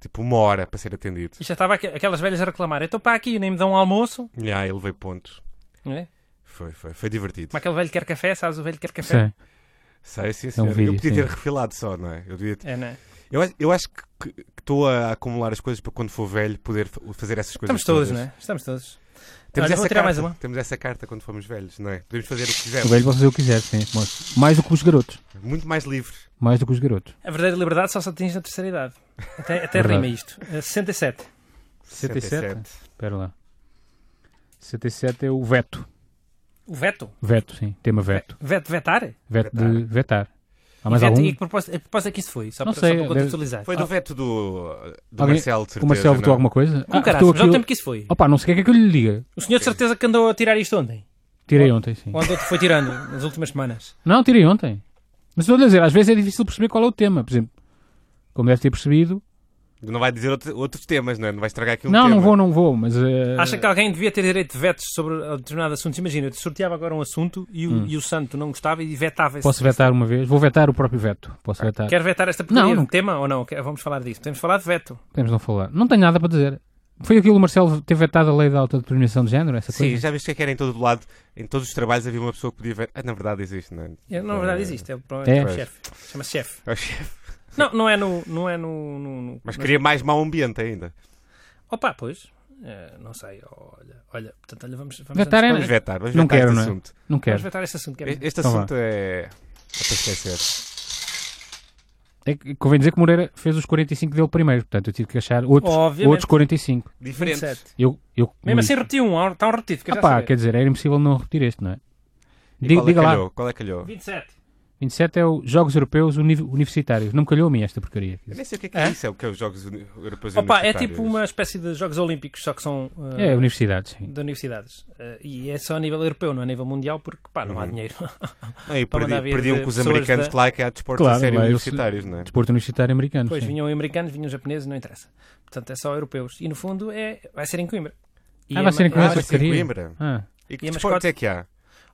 C: tipo uma hora para ser atendido.
B: E já estava aqu- aquelas velhas a reclamar. Eu estou para aqui, nem me dão um almoço.
C: E aí levei pontos.
B: Não é?
C: Foi, foi, foi divertido.
B: Como aquele velho quer café, sabes? O velho quer
C: É.
B: café.
A: Sim.
C: Sei, sim,
A: um
C: senhora.
A: vídeo,
C: eu podia
A: sim.
C: ter refilado só, não é? Eu, devia...
B: É, não é?
C: eu, acho- eu acho que que estou a acumular as coisas para quando for velho poder fa- fazer essas coisas.
B: Estamos todos,
C: todas.
B: não é? Estamos todos.
C: Temos
B: Olha,
C: essa
B: vou tirar
C: carta.
B: mais uma.
C: Temos essa carta quando formos velhos, não é? Podemos fazer o que
A: O
C: quisermos.
A: velho pode fazer o que quiser, sim. moço. Mais do que os garotos.
C: Muito mais livre.
A: Mais do que os garotos.
B: A verdadeira liberdade só se atinge na terceira idade. Até, até
A: Verdade.
B: rima isto. Eh, 67.
A: 67? Espera lá. 77 é o veto.
B: O veto?
A: Veto, sim. Tema veto.
B: Veto, vetar?
A: Veto de vetar. Há mais
B: e veto,
A: algum?
B: E que proposta, a proposta é que isso foi? Só
A: Não
B: para,
A: sei,
B: só para
A: deve-
B: contextualizar. Ah,
C: Foi do veto do, do
A: Ah. Alguém-
C: Marcelo, de certeza.
A: O Marcelo votou
C: não? é?
A: alguma coisa?
B: Um caralho,
A: votou
B: já o
A: aquilo-
B: tempo que isso foi.
A: Opa, não sei Ah, o que é que eu lhe diga.
B: O senhor de certeza que andou a tirar isto ontem.
A: Tirei ontem, sim.
B: Ou andou foi tirando nas últimas semanas.
A: Não, tirei ontem. Mas estou a dizer, às vezes é difícil perceber qual é o tema. Por exemplo, como deve ter percebido.
C: Não vai dizer outro- outros temas, não é? Não vai estragar aqui um
A: não,
C: tema.
A: não vou, não vou, mas. eh,
B: Acha que alguém devia ter direito de vetos sobre determinados assuntos? Imagina, eu te sorteava agora um assunto e o, e o santo não gostava e vetava esse.
A: Posso vetar uma vez? Vou vetar o próprio veto. Posso vetar.
B: Quer vetar esta porcaria
A: Não, não-
B: de tema ou não? Que- Vamos falar disso. Podemos falar de veto.
A: Podemos não falar. Não tenho nada para dizer. Foi aquilo que o Marcelo ter vetado a lei da autodeterminação de género, essa
C: Sim,
A: coisa?
C: já viste que é que era em todo o lado, em todos os trabalhos havia uma pessoa que podia ver. Ah, na verdade existe, não é?
B: É, Na
C: É,
B: verdade existe, é o problema
A: É.
B: é o chefe. Chama-se chefe.
C: é o chefe.
B: Não, não é no. Não é no, no- no-
C: Mas queria mais mau ambiente ainda.
B: Opa, pois. É, não sei. Olha, olha, portanto, olha, vamos, vamos
A: Vetar
B: antes-
A: é-
C: Vamos vetar, vamos
A: Não
C: vetar
A: quero,
C: este
A: não é?
C: assunto.
A: Não
B: vamos
A: quero.
B: vetar este assunto. que é
C: E-
B: melhor.
C: Este
A: Então
C: assunto é. é para esquecer.
A: É que convém dizer que o Moreira fez os 45 dele primeiro, portanto eu tive que achar outros,
B: Obviamente.
A: outros 45.
C: Diferente.
B: 27.
A: Eu, eu,
B: Mesmo assim, repeti um. Está um repetido. Fica
A: Ah
B: já
A: pá,
B: saber.
A: quer dizer, era impossível não repetir este, não é?
C: E
A: Diga,
C: qual, é
A: diga
C: que
A: lá,
C: calhou? qual é que calhou?
B: 27.
A: 27 é o Jogos Europeus Uni- Universitários. Não me calhou a mim esta porcaria.
C: Eu nem sei o que é, que é
B: É?
C: isso, é o que é os Jogos Uni- Europeus
B: Opa, é
C: Universitários.
B: tipo uma espécie de Jogos Olímpicos, só que são uh,
A: É, universidades, sim.
B: de universidades. Uh, e é só a nível europeu, não é a nível mundial, porque pá, não há
C: Uhum.
B: dinheiro.
C: Ah, e
B: para mandar
C: perdi,
B: vir
C: perdiam
B: de
C: com os
B: pessoas
C: americanos
B: da-
C: que lá que há desportos
A: Claro,
C: a sério
A: lá, eu-
C: universitários, não é?
A: Desporto universitário americano.
B: Depois
A: sim.
B: vinham americanos, vinham japoneses, não interessa. Portanto, é só europeus. E no fundo é, vai ser em Coimbra. E
A: Ah, vai
B: é-
A: ser em Coimbra,
B: é-
A: essa
C: mas em
A: porcaria.
C: Coimbra?
A: Ah,
C: E que
B: E a
C: desportos
B: mascote?
C: é que há?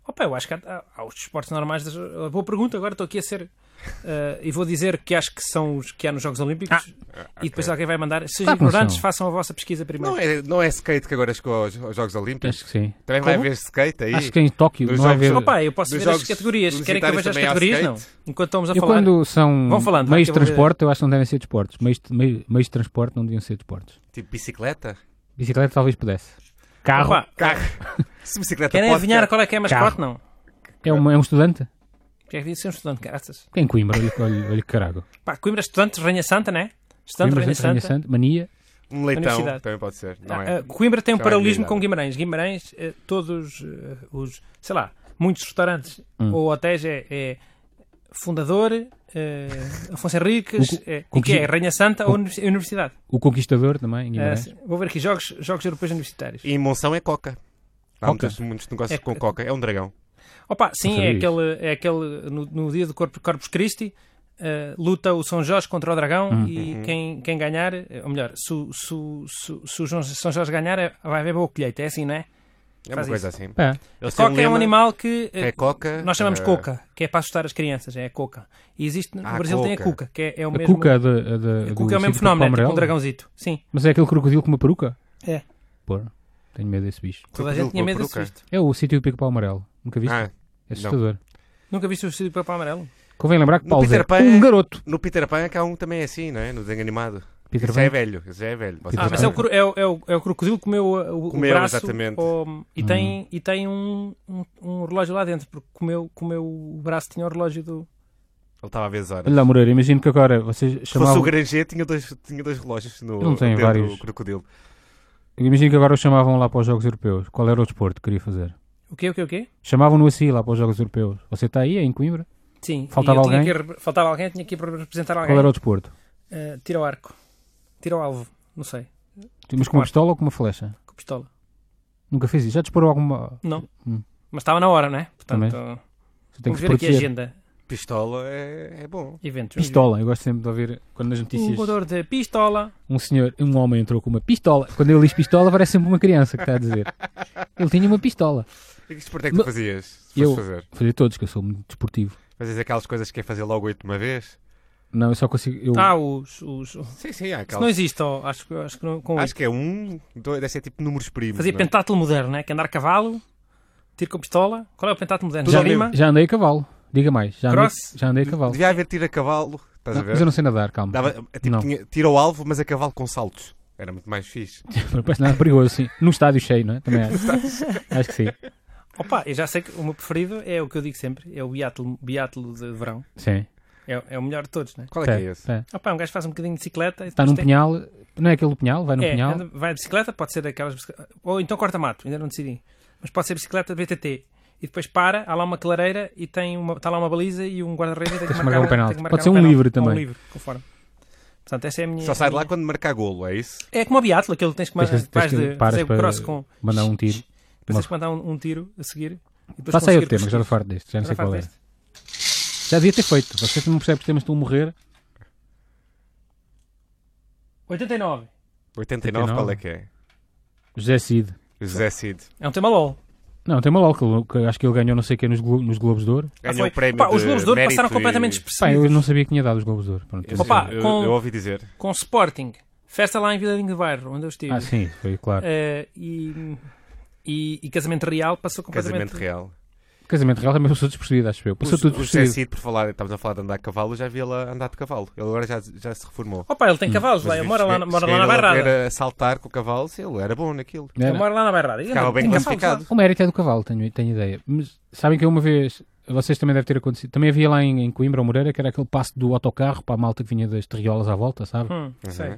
B: Opa, eu acho que há, há os esportes normais. das- Boa pergunta, agora estou aqui a ser. uh, e vou dizer que acho que são os que há nos Jogos Olímpicos.
C: Ah,
B: E depois alguém vai mandar. Sejam
A: Claro que não
B: ignorantes,
A: são.
B: façam a vossa pesquisa primeiro.
C: Não é, não é skate que agora chegou aos, aos Jogos Olímpicos?
A: acho que sim.
C: Também vai
B: Como?
C: haver skate aí?
A: Acho que em Tóquio
C: Dos
A: não vai haver.
C: jogos-
B: Opa, eu posso
C: Dos
B: ver as
C: jogos
B: categorias. Querem que eu veja as
C: universitários também há
B: categorias? Não. Enquanto estamos a
A: Eu
B: falar.
A: quando são
B: Vão falando, vai,
A: meios de
B: que eu vou ver.
A: transporte, eu acho que não devem ser desportos. Meios, de- meio- meios de transporte não deviam ser desportos.
C: Tipo bicicleta?
A: Bicicleta talvez pudesse. Carro.
B: Opa,
C: Carro. Se bicicleta
B: Querem
C: pode,
B: adivinhar
C: carro.
B: qual é que é a mascote? Não.
A: É, uma- é um estudante?
B: Porque é que devia ser um estudante, caraças.
A: Quem Coimbra? Olha, olha, olha que carago.
B: Pá, Coimbra, é estudante, Rainha Santa, né? Estudante,
A: Coimbra, é
B: Rainha
A: Rainha
B: Santa.
A: Santa, Mania.
C: Um leitão
B: é Universidade.
C: também pode ser, não
B: Ah,
C: é?
B: ah, Coimbra tem um
C: Não é
B: paralelismo
C: habilidade.
B: com Guimarães. Guimarães, eh, todos eh, os, sei lá, muitos restaurantes
A: Hum.
B: ou hotéis é, é fundador, eh, Afonso Henriques,
A: O cu-
B: eh,
A: cu-
B: e que é Rainha Santa
A: cu-
B: ou uni- Universidade.
A: O Conquistador também, em
B: Eh,
A: Guimarães.
B: se- vou ver aqui, jogos, jogos europeus universitários.
C: E em Monção é coca. Há
A: Coca?
C: muitos, muitos negócios
B: É-
C: com coca. É um dragão.
B: Opa, sim,
A: Não
B: é
A: sabia
B: aquele, é aquele no, no dia do Corpo- Corpus Christi. eh, luta o São Jorge contra o Dragão
A: Hum.
C: Uhum.
B: e quem, quem ganhar, eh, ou melhor, se, o- se, o- se, o- se o João- São Jorge ganhar, eh, vai haver boa colheita, é assim, não é?
C: É uma
B: Faz
C: coisa assim.
A: Pá,
C: Eles têm
B: Coca é um
C: lema,
B: animal que
C: que
B: eh,
C: É coca.
B: nós chamamos
C: eh,
B: coca, que é para assustar as crianças, é a coca. E existe no
C: Ah,
B: Brasil tem a
C: coca.
B: cuca, que é, é o
A: a
B: mesmo.
A: Cuca da, a da,
B: a
A: do
B: cuca é o
A: Sítio
B: mesmo fenómeno, é tipo
A: Palmarelo.
B: um dragãozito. Sim,
A: Mas é aquele crocodilo com uma peruca?
B: É.
A: Porra, tenho medo desse bicho.
B: toda a gente tinha medo desse
C: Crocodilo
B: visto.
A: É o sítio do pica-pau amarelo. Nunca viste?
C: Ah,
A: é assustador.
B: Nunca viste o vestido de papel amarelo?
A: Convém lembrar que
C: No
A: Paulo
C: Peter
A: Zé
C: Pan
A: um
C: é-
A: garoto.
C: no Peter Pan é que há um que também é assim, não é? No desenho animado.
A: Peter
C: Esse já é
A: Pan.
C: velho. Esse já é velho. Vocês
B: Ah,
A: Sim.
B: mas é o, cro- é o, é o, é o crocodilo que comeu uh, o,
C: Comeu,
B: o braço
C: exatamente.
B: ao- e,
A: Hum.
B: tem, e tem um, um, um relógio lá dentro, porque comeu, comeu o braço, tinha o relógio do.
C: Ele estava a ver as horas.
A: Olha lá, Moreira, imagino que agora vocês
C: Se fosse o
A: chamavam...
C: Granger, tinha dois, tinha dois relógios no
A: Ele tem
C: dentro
A: vários.
C: do crocodilo.
A: Imagino que agora os chamavam lá para os Jogos Europeus. Qual era o desporto que queria fazer?
B: O quê, o quê, o quê?
A: Chamavam-no assim lá para os Jogos Europeus. Você está aí, é em Coimbra?
B: Sim,
A: Faltava
B: e eu tinha
A: alguém?
B: que ir- faltava alguém, tinha que ir para representar alguém.
A: Qual era o desporto?
B: Ah, tira o arco, tira o alvo, não sei,
A: Mas com uma pistola ou com uma flecha?
B: com pistola.
A: Nunca fez isso. Já disparou alguma...
B: Não.
A: Hum.
B: Mas estava na hora, não é?
A: Também.
B: Portanto,
A: Você tem
B: vamos
A: que se
B: ver aqui a
A: proteger.
B: agenda.
C: Pistola é, é bom.
B: Eventos. vamos
A: Pistola. Eu gosto sempre de ouvir quando nas
B: ver. Um
A: notícias
B: jogador de pistola.
A: um senhor, um homem entrou com uma pistola. Quando eu li pistola parece sempre uma criança que está a dizer. Ele tinha uma pistola.
C: E que desporto é que tu
A: Mas-
C: fazias? Se
A: Eu-
C: eu... fazer?
A: Fazer todos, que eu sou muito desportivo.
C: Fazias aquelas coisas que é fazer logo oito de uma vez?
A: Não, eu só consigo... Eu...
B: Ah, os. os... Isso
C: Sim, sim, há
B: não
C: aquelas.
B: existe, ó, acho, que- acho que não. Com
C: Acho que é um, dois, deve ser tipo números primos.
B: Fazia
C: não é?
B: pentátulo moderno, né? Que andar a cavalo, tiro com pistola. Qual é o pentátulo moderno?
C: Tudo
B: Já
C: ao mesmo-
B: rima?
A: Já andei a cavalo. Diga mais. Já andei,
B: Cross?
A: já andei a cavalo.
C: Devia haver tiro a cavalo, estás
A: Não,
C: a ver?
A: mas eu não sei nadar, calma.
C: Dava, é, tipo,
A: Não.
C: tinha- tira o alvo, mas a cavalo com saltos. Era muito mais fixe.
A: Não parece nada perigoso, sim. Num estádio cheio, não é? Também acho. acho que sim.
B: Opa, eu já sei que o meu preferido é o que eu digo sempre: é o biátulo, biátulo de verão.
A: Sim.
B: É, o- é o melhor de todos, né?
C: Qual é
A: Pé,
C: que é esse?
A: pé.
B: Opa, um gajo faz um bocadinho de bicicleta. e
A: Está Tá
B: depois
A: num
B: tem-
A: punhal. Não é aquele punhal? Vai num
B: É,
A: punhal.
B: anda- vai de bicicleta, pode ser daquelas. bicic- Ou então corta mato, ainda não decidi. Mas pode ser bicicleta BTT. E depois para, há lá uma clareira e tem uma, está lá uma baliza e um guarda-redes e tem que
A: Tem-se marcar
B: marcar,
A: um penalti.
B: tem que
A: Pode ser um
B: penalti.
A: livre
B: Ou
A: também.
B: Um livre, conforme. Portanto, essa é a minha.
C: Só sai de
B: minha-
C: lá quando marcar golo, é isso?
B: É como o biatlo, aquele que tens que, ma-
A: Tens que- tens
B: vais
A: que-
B: de
A: paras
B: fazer o
A: para
B: cross com.
A: mandar um tiro.
B: Depois tens que mandar um, um tiro a seguir. e depois
A: Faça aí
B: conseguir
A: outro tema, que já
B: conseguir.
A: estou farto deste. Já não
B: Já
A: sei
B: farto
A: qual é.
B: deste?
A: Já devia ter feito. Vocês não percebem que os temas estão a morrer.
B: 89.
C: 89,
A: 89.
C: qual é que é?
A: José Cid.
C: José Cid.
B: É um tema LOL.
A: Não, tem uma LOL, que eu- que eu acho que ele ganhou não sei o que nos, Glo- nos Globos de Ouro.
B: Ah,
C: Ganhou
B: foi-
C: o prémio
B: Pá, os
C: de
B: Globos de Ouro
C: mérito
B: passaram
C: e-
B: completamente
A: Pá, eu
B: despercebidos.
A: não sabia que tinha dado os Globos de Ouro. Pronto.
C: Eu,
B: Opa,
C: eu-
B: com-
C: eu ouvi dizer.
B: Com Sporting. Festa lá em Vila de Bairro, onde eu estive.
A: Ah, sim, foi claro.
B: Eh, e, e- e Casamento Real passou completamente.
C: Casamento real.
A: Casamento real também passou despercebido, acho eu. Passou
C: Os-
A: tudo
C: o José
A: despercebido.
C: Cid, por falar, estávamos a falar de andar a cavalo, eu já vi ele andar de cavalo. Ele agora já, já se reformou.
B: Opa, ele tem cavalos lá,
C: Hum. Mas
B: ele mora lá,
C: cheguei-
B: mora lá
C: cheguei
B: na
C: a ver
B: Bairrada.
C: a saltar com o cavalo, sim, ele era bom naquilo.
A: Não
B: Ele
A: era?
B: mora lá na Bairrada. E
C: Ficava
B: ele
C: bem
B: tem cavalos
C: classificado.
B: lá.
A: O mérito é do cavalo, tenho, tenho ideia. Mas sabem que uma vez, vocês também deve ter acontecido, também havia lá em, em Coimbra ou Moreira, que era aquele passo do autocarro para a malta que vinha das terriolas à volta, sabe?
B: Hum,
C: Uhum.
B: sei.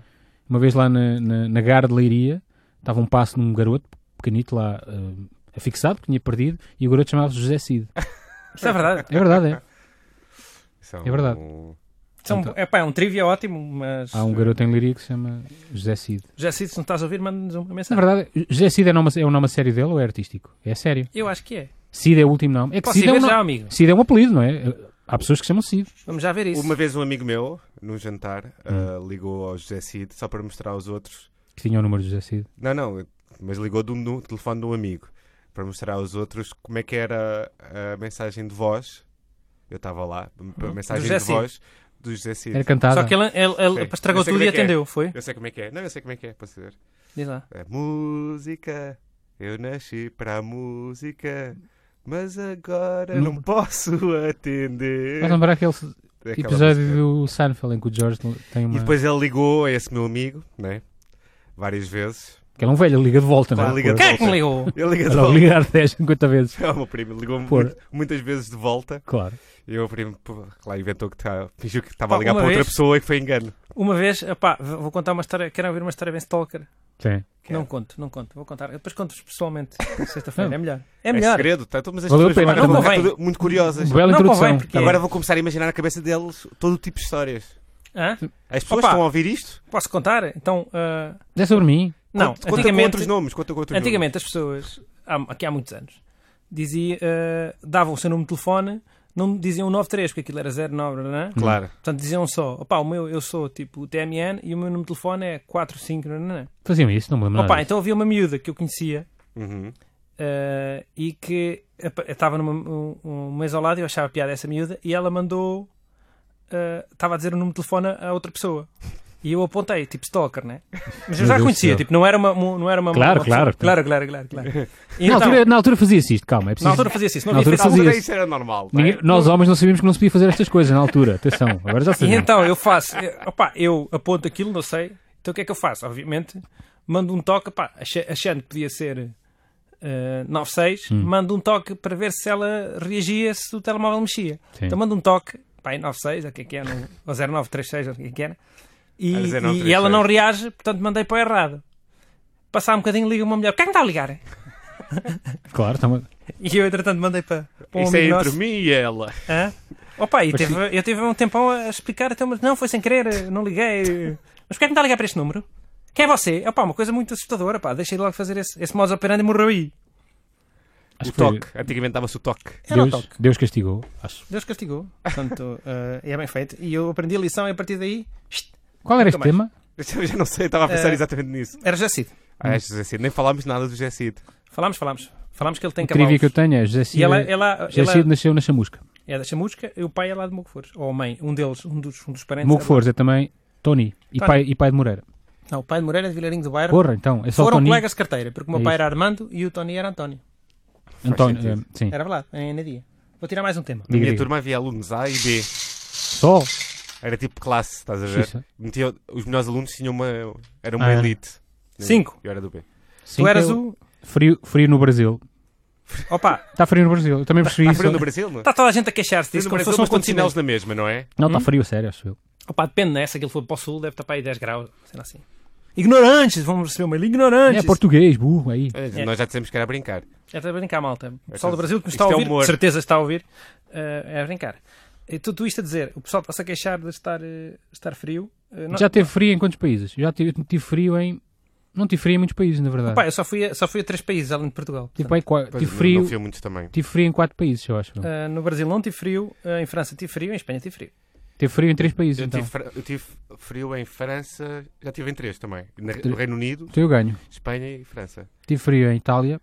A: Uma vez lá na, na, na Gara de Leiria, estava um passo num garoto pequenito lá, eh, afixado, que tinha perdido, e o garoto chamava-se José Cid.
B: Isso é verdade.
A: É verdade, é.
C: São-
A: É verdade.
C: um-
B: São,
C: tá.
A: Então.
B: é, pá, é um trivia ótimo, mas.
A: Há um garoto em Leiria que se chama José Cid.
B: Já sei, se não estás a ouvir, manda-nos uma
A: Na
B: mensagem.
A: verdade, José Cid é, nome, é o nome a sério dele ou é artístico? É sério.
B: Eu acho que é.
A: Cid é o último nome. É que
B: Posso ir
A: Cid é, um
B: ver
A: no-
B: já, amigo.
A: Cid é um apelido, não é? Há pessoas que chamam Cid.
B: Vamos já ver isso.
C: Uma vez um amigo meu, num jantar, ah,
A: Hum.
C: ligou ao José Cid só para mostrar aos outros.
A: Que tinham o número de José Cid.
C: Não, não, mas ligou do, do telefone de um amigo para mostrar aos outros como é que era a mensagem de voz. Eu estava lá, a mensagem
B: Hum? José
C: de
B: Cid.
C: voz do José Cid.
A: Era cantada.
B: Só que ele, ele, ele
C: Sim.
B: estragou
C: Eu sei
B: tudo
C: como
B: e
C: é que é.
B: atendeu, foi?
C: Eu sei como é que é. Não, eu sei como é que é, posso dizer.
B: Diz lá.
C: A música, eu nasci para a música, mas agora
A: Não-
C: não, posso atender.
A: Vais lembrar aquele
C: É aquela
A: episódio
C: música.
A: do Seinfeld em que o George tem uma.
C: E depois ele ligou a esse meu amigo, né? Várias vezes,
A: Que era um velho, liga de volta, não
C: Claro,
A: é?
C: liga de
A: Pô,
B: Quem é que me ligou?
C: Eu liguei de
A: era logo
C: volta.
A: ligar 10, 50 vezes.
C: É o meu primo, ligou-me
A: Por.
C: muito- muitas vezes de volta.
A: Claro.
C: E o meu primo, pô, lá inventou que tá- fingiu que estava
B: Pá,
C: a ligar
B: uma
C: para outra
B: vez-
C: pessoa e que foi engano.
B: Uma vez, epá, v- vou contar uma história. Querem ouvir uma história bem stalker?
A: Sim.
B: Não conto, não conto. Vou contar. Eu depois conto-vos pessoalmente. Sexta-feira.
A: Não.
B: É melhor. É melhor.
C: segredo, tá? Então, mas as
A: Valeu a
C: pessoas
A: pena.
C: agora
B: Não
C: vão ficar
B: convém.
C: tudo muito curiosas.
A: Bela
B: Não
A: introdução.
B: convém, porque-
A: Tá bem.
C: Agora vão começar a imaginar na cabeça deles todo o tipo de histórias.
B: Hã?
C: As pessoas
B: Opa.
C: estão a ouvir isto?
B: Posso contar? Então, ah,
A: É sobre mim.
B: não.
C: Conta- conta com
B: antigamente,
C: outros nomes. Conta com outros
B: antigamente as pessoas, há, aqui há muitos anos, dizia, ah, davam o seu número de telefone, não diziam 93, porque aquilo era 09, não é?
C: nomes. Claro.
B: Portanto, diziam só, opá, o meu, eu sou tipo o TMN e o meu número de telefone é 45, não, não, não.
A: Faziam isso, não me lembro
B: Opá,
A: nada. disso.
B: então havia uma miúda que eu conhecia
C: Uhum.
B: eh, e que apa- eu estava numa- um, um mês ao lado e eu achava piada essa miúda e ela mandou eh, estava a dizer o número de telefone a outra pessoa e eu apontei, tipo stalker, né? Mas
A: Meu
B: eu já
A: Deus
B: conhecia,
A: do céu.
B: tipo, não era uma. uma- Não era uma
A: Claro,
B: uma pessoa-
A: claro.
B: claro, claro, claro, claro. E
A: na,
B: então,
A: altura, na altura fazia-se isto, calma. É preciso...
B: na altura fazia isso, não
A: na
B: havia
A: altura
C: Na
B: Facebook.
A: fazia-se.
C: altura isso era normal. não é?
A: Ninguém- Nós homens não sabíamos que não se podia fazer estas coisas na altura. Atenção, agora já
B: E
A: sabemos.
B: então eu faço, eu- opá, eu aponto aquilo, não sei. Então o que é que eu faço? Obviamente, mando um toque, opá, acha- achando que podia ser eh, 96, mando um toque para ver se ela reagia se o telemóvel mexia.
A: Sim.
B: Então mando um toque, pá, em 96, ou o que é que era, ou 0936, ou o que é que era, e,
C: Era
B: e,
C: 0936.
B: e ela não reage, portanto mandei para o errado. Passar um bocadinho, liga uma mulher, quem me está a ligar?
A: Claro, então, estamos...
B: E eu, entretanto, mandei para, para um
C: Isso é
B: amigo
C: entre
B: nosso.
C: mim e ela.
B: Hã? Opa, e
A: Mas
B: teve, eu tive um tempão a explicar, então, mas não, foi sem querer, não liguei. Mas porquê é que me está a ligar para este número? Quem é você? Opa, uma coisa muito assustadora, pá, deixei logo fazer esse, esse modus operandi e morreu aí.
A: acho
C: o
A: que foi-
C: toque. Antigamente dava-se o toque.
B: Era é o
A: Deus,
B: toque.
A: Deus castigou. Acho.
B: Deus castigou. Portanto, eh, é bem feito. E eu aprendi a lição e a partir daí ixt,
A: Qual era
B: Nunca
A: este tema?
C: Eu já não sei, estava a pensar
B: Eh,
C: exatamente nisso.
B: era José Cid.
C: Ah, é José Cid. Nem falámos nada do José Cid.
B: Falámos, falámos. Falámos que ele tem
A: A trivia
B: cavalos.
A: que eu tenho é José
B: E
A: Cid,
B: ela, ela,
A: José
B: ela
A: Cid nasceu na chamusca.
B: é da Chamusca e o pai é lá de Mogofores. Ou a mãe, um deles, um dos, um dos parentes.
A: Mugo
B: é de-
A: Flores é também Tony e
B: Tony.
A: pai, e pai de Moreira.
B: Não, o pai de Moreira é de Vilarinho do Bairro.
A: Porra, então, é só
B: Foram
A: Tony.
B: colegas de carteira, porque o meu
A: É
B: pai
A: isso.
B: era Armando e o Tony era António.
A: António,
C: sentido.
A: eh, sim.
B: Era lá, em Anadia. Vou tirar mais um tema.
C: Na
A: Diga,
C: minha
A: diga.
C: turma havia alunos A e B.
A: Só.
C: Era tipo classe, estás a ver?
A: Xixa.
C: Metia- os melhores alunos tinham uma. Era uma
A: Ah.
C: elite.
B: Cinco.
C: Eu era do B.
A: Sim,
B: tu eras
A: eu-
B: o.
A: Frio, frio no Brasil.
B: Opa,
A: Está frio no Brasil. Eu também
B: Tá
A: percebi
C: Está
A: isso.
C: frio no Brasil, não?
B: está toda a gente a queixar-se disso,
C: Frio no
B: como se
C: Brasil,
B: fosse um
C: mas estão de chinelos
B: acontecimento.
C: na mesma, não é?
A: Não,
B: Hum?
A: está frio, a sério, acho eu.
B: Opa, depende, né? Se aquilo for para o sul, deve estar para aí 10 graus, sei lá assim. Ignorantes, vamos receber uma ilha. Ignorantes!
A: É português, burro, aí.
C: É, Nós já dissemos que era brincar.
B: É para brincar, malta. O pessoal
C: Isto-
B: do Brasil que nos
C: isto
B: está a
C: é
B: ouvir,
C: humor.
B: de certeza está a ouvir, eh, é a brincar. E tudo isto a dizer, o pessoal está-se a queixar de estar, eh, estar frio. Eh, não-
A: Já teve frio em quantos países? Já tive, tive frio em... Não tive frio em muitos países, na verdade.
B: Opa, eu só fui, a, só fui a três países além de Portugal.
A: Tive, aí qua-
C: Pois,
A: tive
C: não-
A: frio,
C: Não fio muitos também.
A: tive frio em quatro países, eu acho.
B: Eh, no Brasil não tive frio, eh, em França tive frio, em Espanha tive frio.
A: Teve frio em três países,
C: Eu,
A: então.
C: tive, fra- eu tive frio em França, já tive em três também. Na-
A: Tre-
C: No Reino Unido,
A: Então eu ganho.
C: Espanha e França.
A: Tive frio em Itália,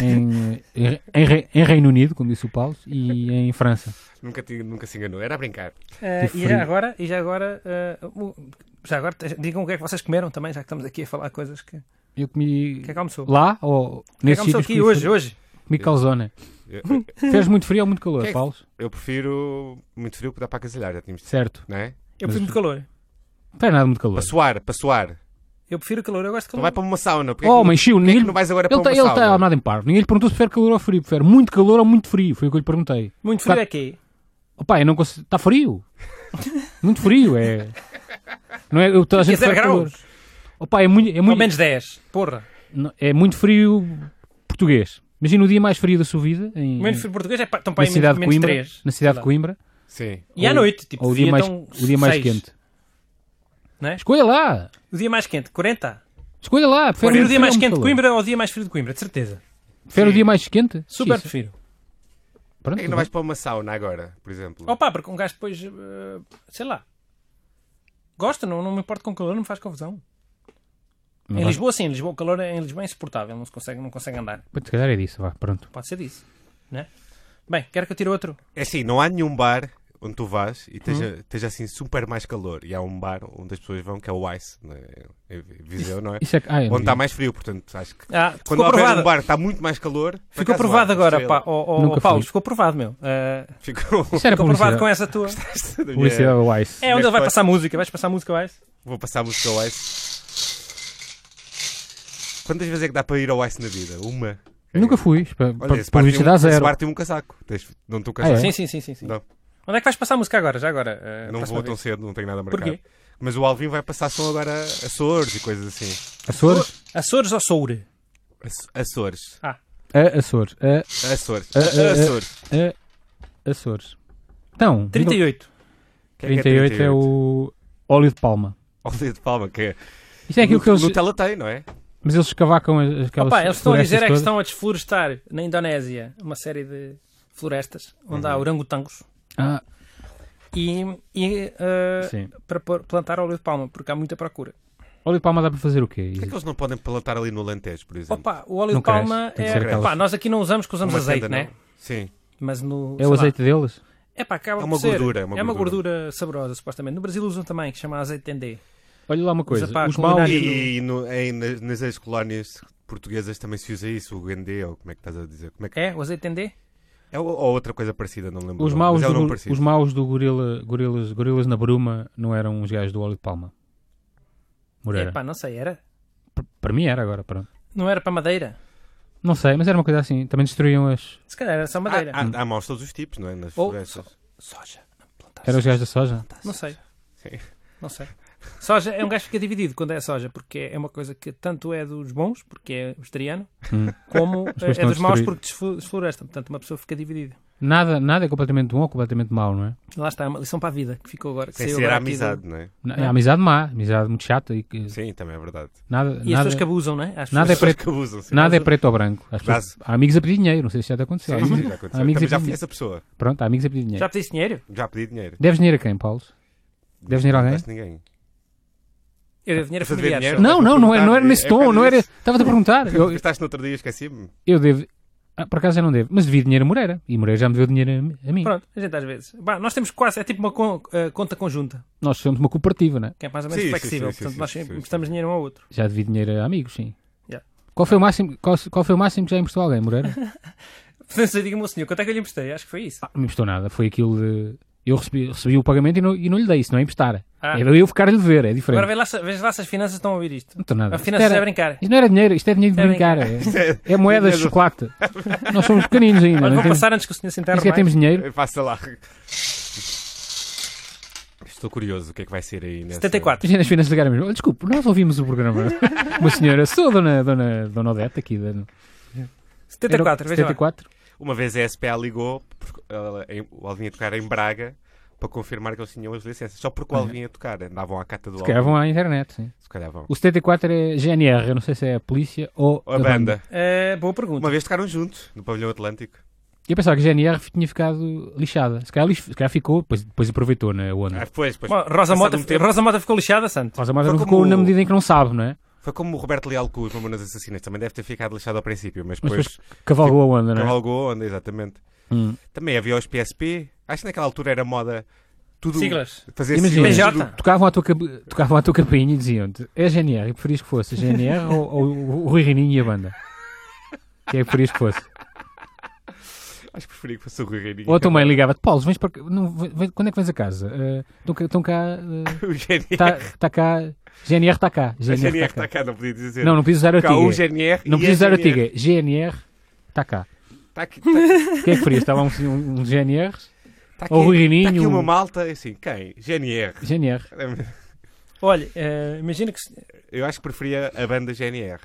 A: em, eh, em, Re- em Reino Unido, como disse o Paulo, e em França.
C: Nunca, ti- nunca se enganou, era a brincar.
B: Eh,
A: Tive
B: e já
A: frio.
B: agora, e já agora, eh, o- já agora, te- digam o que é que vocês comeram também, já que estamos aqui a falar coisas que. O
A: Eu comi
B: que é que almoçou?
A: lá ou
B: O que é que
A: nesse
B: almoçou
A: sítio
B: aqui hoje, Hum? hoje?
A: comi calzone.
C: Eu,
A: Fez muito frio ou muito calor,
C: Que é que-
A: Paulo?
C: eu prefiro muito frio que dá para agasalhar, já tínhamos dito,
A: Certo.
C: não
B: Eu
C: é?
A: Mas-
B: prefiro muito calor.
A: Não faz nada muito calor.
C: Para suar, para suar.
B: Eu prefiro calor, eu gosto de
C: Então
B: calor.
C: vai para uma sauna. Porque
A: Oh,
C: é que,
A: mas Chiu,
C: porque é que
A: ninguém-
C: não vais agora para
A: Ele
C: uma
A: está tá
C: sauna?
A: nada em par. Ninguém lhe perguntou se prefere calor ou frio. Prefere muito calor ou muito frio. Foi o que eu lhe perguntei.
B: Muito frio
A: Tá-
B: é quê?
A: Opa, eu não consigo. Está frio. muito frio, é. Não é? Eu, toda a
B: Aqui é
A: gente
B: zero
A: prefere calor.
B: graus.
A: Opa, é muito, é,
B: Pelo
A: muito,
B: menos 10. Porra.
A: não- é muito frio português. Imagina o dia mais frio da sua vida em,
B: O menos frio português é pá, estão para
A: Hum. na,
B: aí
A: cidade
B: menos,
A: de
B: menos
A: Coimbra,
B: 3.
A: na cidade de Coimbra.
C: Sim.
B: E à
A: Ou-
B: noite, tipo,
A: ou o dia
B: devia
A: mais,
B: tão
A: o dia mais
B: seis,
A: quente.
B: né?
A: Escolha lá.
B: O dia mais quente, 40.
A: Escolha lá. Prefere
B: Prefiro o
A: muito
B: dia
A: frio ou
B: mais
A: muito
B: quente de
A: é, um calor?
B: Coimbra ou o dia mais frio de Coimbra, de certeza.
A: Prefere o
C: Sim.
A: dia mais quente?
B: Super
A: Sim,
B: prefiro.
A: Pronto,
C: Por que não vais para uma sauna agora, por exemplo?
A: Oh.
B: Opa, porque um gajo depois. eh, sei lá. Gosta, não, não me importo com calor, não me faz confusão.
A: Não
B: em
A: vais-
B: Lisboa, sim, em Lisboa, o calor é- em Lisboa é insuportável, não se consegue, não consegue andar.
A: Pois, Se calhar é disso, vá, pronto.
B: Pode ser disso, né? Bem, quero que eu tire outro.
C: É assim, não há nenhum bar onde tu vais
A: Uhum.
C: e esteja, esteja assim super mais calor. E há um bar onde as pessoas vão que é o Ice, né? em Viseu, não é?
A: Isso é... que- ah, eu não
C: Onde
B: tá
C: está
A: vi.
C: mais frio, portanto, acho que.
B: Ah,
C: Quando
B: ficou
C: houver
B: provado.
C: um bar que está muito mais calor. por
B: Ficou
C: acaso
B: provado
C: há,
B: agora,
C: estrela.
B: pá. Ó, ó,
A: Nunca
B: ó, Paulo,
A: fui. é.
B: ficou provado, meu. Ah,
C: Ficou. um
A: Isso era
B: ficou provado com
A: publicidade.
B: essa tua.
C: é
A: Publicidade ao Ice.
B: É onde ele vai
C: Depois-
B: passar música. Vais passar música, vais?
C: Vou passar a música ao Ice. Quantas vezes é que dá para ir ao Ice na vida? Uma.
B: É.
A: Nunca fui. Para,
C: Olha,
A: para,
C: esse bar
A: para
C: tem
A: visto
C: um-
A: dá
C: esse
A: zero.
C: bar tem um casaco. Tens- Não estou casaco.
A: É?
B: Sim, sim, sim, sim. sim.
C: Não.
B: Onde é que vais passar a música agora? Já agora? eh,
C: Não
B: próxima
C: vou então tão
B: vez.
C: cedo, não tenho nada marcado.
B: Porquê?
C: Mas o Alvin vai passar som agora a Açores e coisas assim.
A: Açores?
B: Açores ou Soure?
C: Aç- Açores.
B: Ah,
A: A É, Açores. A
C: Açores.
A: Ah, ah, ah.
C: Açores.
A: Açores. Então,
B: 38.
C: Quem é que
A: 38 é o óleo de palma.
C: Óleo de palma, que é.
A: Isto é aquilo
C: no,
A: que eles.
C: Nutella tem, não é?
A: Mas eles escavacam as- aquelas.
B: Opa, eles estão a
A: florestas
B: dizer é que
A: todas.
B: estão a desflorestar na Indonésia uma série de florestas onde
A: Uhum.
B: há orangotangos
A: Ah,
B: e, e, eh,
A: sim.
B: para pôr- plantar óleo de palma, porque há muita procura.
A: Óleo de palma dá para fazer o quê?
C: Porquê é que eles não podem plantar ali no Alentejo, por exemplo?
B: Opa, o óleo
A: Não
B: de palma
A: cresce, tem que
B: é.
A: ser aquelas-
B: Pá, nós aqui não usamos, que usamos
C: Uma
B: azeite,
C: tenda,
B: né?
C: não? Sim.
B: Mas no.
A: É
B: sei
A: o
B: lá,
A: azeite deles?
B: É pá, acaba
C: É
B: por
C: uma
B: ser-
C: gordura, é uma
B: É uma gordura saborosa, supostamente. No Brasil usam também, que chama azeite tendê.
A: Olha lá uma coisa.
B: Mas, pá,
A: Os
B: com
A: maus.
B: culinária-
C: E, no- em- nas, nas ex-colónias portuguesas também se usa isso, o Guendê, ou como é que estás a dizer? Como é, que...
B: É? O azeite tendê?
C: é ou ou outra coisa parecida, não me lembro.
A: Os
C: o nome,
A: maus,
C: mas é um
A: do,
C: nome
A: gu-
C: parecido.
A: os maus do gorila, gorilas, gorilas na Bruma não eram os gajos do óleo de palma. Moreira.
B: É pá, não sei, era?
A: P- Para mim era agora. Para...
B: Não era para madeira?
A: Não sei, mas era uma coisa assim. Também destruíam as.
B: Se calhar era só madeira.
C: Há, há, há maus de todos os tipos, não é? Nas
A: Oh,
B: Ou
C: florestas.
B: Soja. Não, plantar
A: Eram os gajos da soja?
B: Não sei.
C: Sim.
B: Não sei. Soja é um gajo que fica dividido quando é soja, porque é uma coisa que tanto é dos bons, porque é vegetariano,
A: Hum.
B: como eh,
A: depois
B: é
A: estão
B: dos maus
A: destruídos.
B: porque desflo- desfloresta. Portanto, uma pessoa fica dividida.
A: Nada, nada é completamente bom ou completamente mau, não é?
B: Lá está, é uma lição para a vida que ficou agora. Que
C: Sem
B: saiu
C: ser a
B: agora aqui
C: amizade,
B: do-
C: não é?
A: Na- É amizade má, amizade muito chata e que
C: Sim, também é verdade.
A: nada,
B: E as
A: nada,
B: pessoas que abusam, não é? As
A: nada é
B: pessoas-
C: Pessoas
A: preto,
C: que abusam, sim.
A: nada é preto ou branco. As pessoas-
C: Mas-
A: há amigos a pedir dinheiro, não sei se já te aconteceu.
C: Sim,
A: Há
C: sim,
A: amigos-
C: já aconteceu.
A: amigos
C: Também
A: e
C: já fui
A: vizinhas.
C: essa pessoa.
A: Pronto, há amigos a pedir dinheiro.
B: Já pediste dinheiro?
C: Já pedi dinheiro.
A: Deves dinheiro a quem, Paulo? Deves dinheiro a
C: Não
A: alguém?
C: deste ninguém.
B: Eu devo dinheiro a
C: Fazer
B: familiares.
C: dinheiro?
A: Não,
B: só.
A: não, não era, não era nesse
C: É por causa
A: tom, não era.
C: disso.
A: Estava-te a perguntar. Eu,
C: Gastaste no outro dia, esqueci-me.
A: eu devo. Ah, por acaso já não devo, mas devi dinheiro a Moreira. E Moreira já me deu dinheiro a, mi- a mim.
B: Pronto, a gente às vezes. Bah, nós temos quase, é tipo uma con- eh, conta conjunta,
A: Nós somos uma cooperativa, né?
B: que é mais ou menos
C: Sim, sim,
B: flexível.
C: sim,
B: portanto,
C: sim,
B: nós
C: sim,
B: sempre
C: sim,
B: emprestamos dinheiro um ao outro.
A: Já devi dinheiro a amigos, sim.
B: Yeah.
A: Qual, foi o máximo, qual, qual foi o máximo que já emprestou alguém, Moreira?
B: Portanto, diga-me o senhor, quanto é que eu lhe emprestei? Acho que foi isso.
A: Não me emprestou nada. Foi aquilo de. Eu recebi, recebi o pagamento e não, e não lhe dei. Isso não é emprestar.
B: Ah.
A: Era eu ficar a lhe ver. É
B: Agora
A: diferente.
B: vê lá, se- veja lá se as finanças estão a ouvir isto.
A: Não estou nada.
B: A
A: Isto
B: finanças
A: era-
B: é brincar.
A: Isto não era dinheiro. Isto é dinheiro de
B: É
A: brincar. É, é moedas de chocolate. Nós somos pequeninos ainda.
B: Olha,
A: não
B: vou
A: temos,
B: passar antes que o senhor se
A: nem
B: enterre
A: sequer
B: mais.
A: temos dinheiro.
C: Passa lá. Estou curioso o que é que vai ser aí nessa...
B: 74.
A: Imagina as finanças ligarem mesmo. Olha, desculpe, nós ouvimos o programa. Uma senhora, sou a dona, dona, dona Odete aqui. Da,
B: 74, veja lá.
A: 74.
C: Uma vez a SPA ligou, porque ela- em- o Alvin ia tocar em Braga, para confirmar que eles tinham as licenças. Só porque o Alvin ia tocar. Andavam à cata do
A: Se
C: Alvin.
A: calhar vão à internet, sim.
C: Se calhar vão.
A: O 74 é GNR, eu não sei se é a polícia ou
C: Ou a banda.
B: Eh, boa pergunta.
C: Uma vez tocaram juntos, no pavilhão Atlântico.
A: E eu pensava que a GNR tinha ficado lixada. Se calhar, lix- se calhar ficou, depois, depois aproveitou na
C: Ah,
A: onda.
C: depois, depois.
B: Hum. Bom, Rosa,
C: Passado
B: Mota,
C: um tempo-
B: Rosa Mota ficou lixada, Santo.
A: Rosa Mota
C: Foi
A: não
C: como
A: ficou na
C: o-
A: medida em que não sabe, não é?
C: Foi como o Roberto Leal com os Mamonas Assassinas. Também deve ter ficado lixado ao princípio, mas
A: Mas
C: depois
A: depois cavalgou a onda, não é?
C: cavalgou a onda, exatamente.
A: Hum.
C: Também havia os PSP. Acho que naquela altura era moda tudo...
B: Siglas.
C: Fazer
A: Imagina.
C: siglas,
B: PJ.
C: tudo-
A: Tocavam à, tua, cabe- tocavam à tua capinha e diziam-te é GNR, e preferias que fosse a GNR ou, ou o Rui Reininho e a banda? Quem é que preferias que fosse?
C: Acho que preferi que fosse o Rui Reininho.
A: Ou a tua mãe ligava-te, Paulo, vens para... cá- não, vem- vem- quando é que vens a casa? Eh, Estão cá- estão cá...
C: O GNR.
A: Está cá... GNR está tá cá.
C: A
A: GNR
C: GNR
A: está cá.
C: está tá cá, não podia dizer.
A: Não, não precisas usar a
C: Cá, o
A: tiga.
C: GNR
A: Não
C: e
A: precisas
C: a
A: usar a
C: GNR.
A: tiga. GNR está tá cá.
C: Está Tá aqui, está,
A: Quem é que preferias? Estava um, um, um GNR?
C: está aqui,
A: Ou o Rui
C: está aqui
A: Reininho?
C: uma malta, assim, quem? GNR.
A: GNR.
B: Olha, eh, imagina que. se-
C: Eu acho que preferia a banda GNR.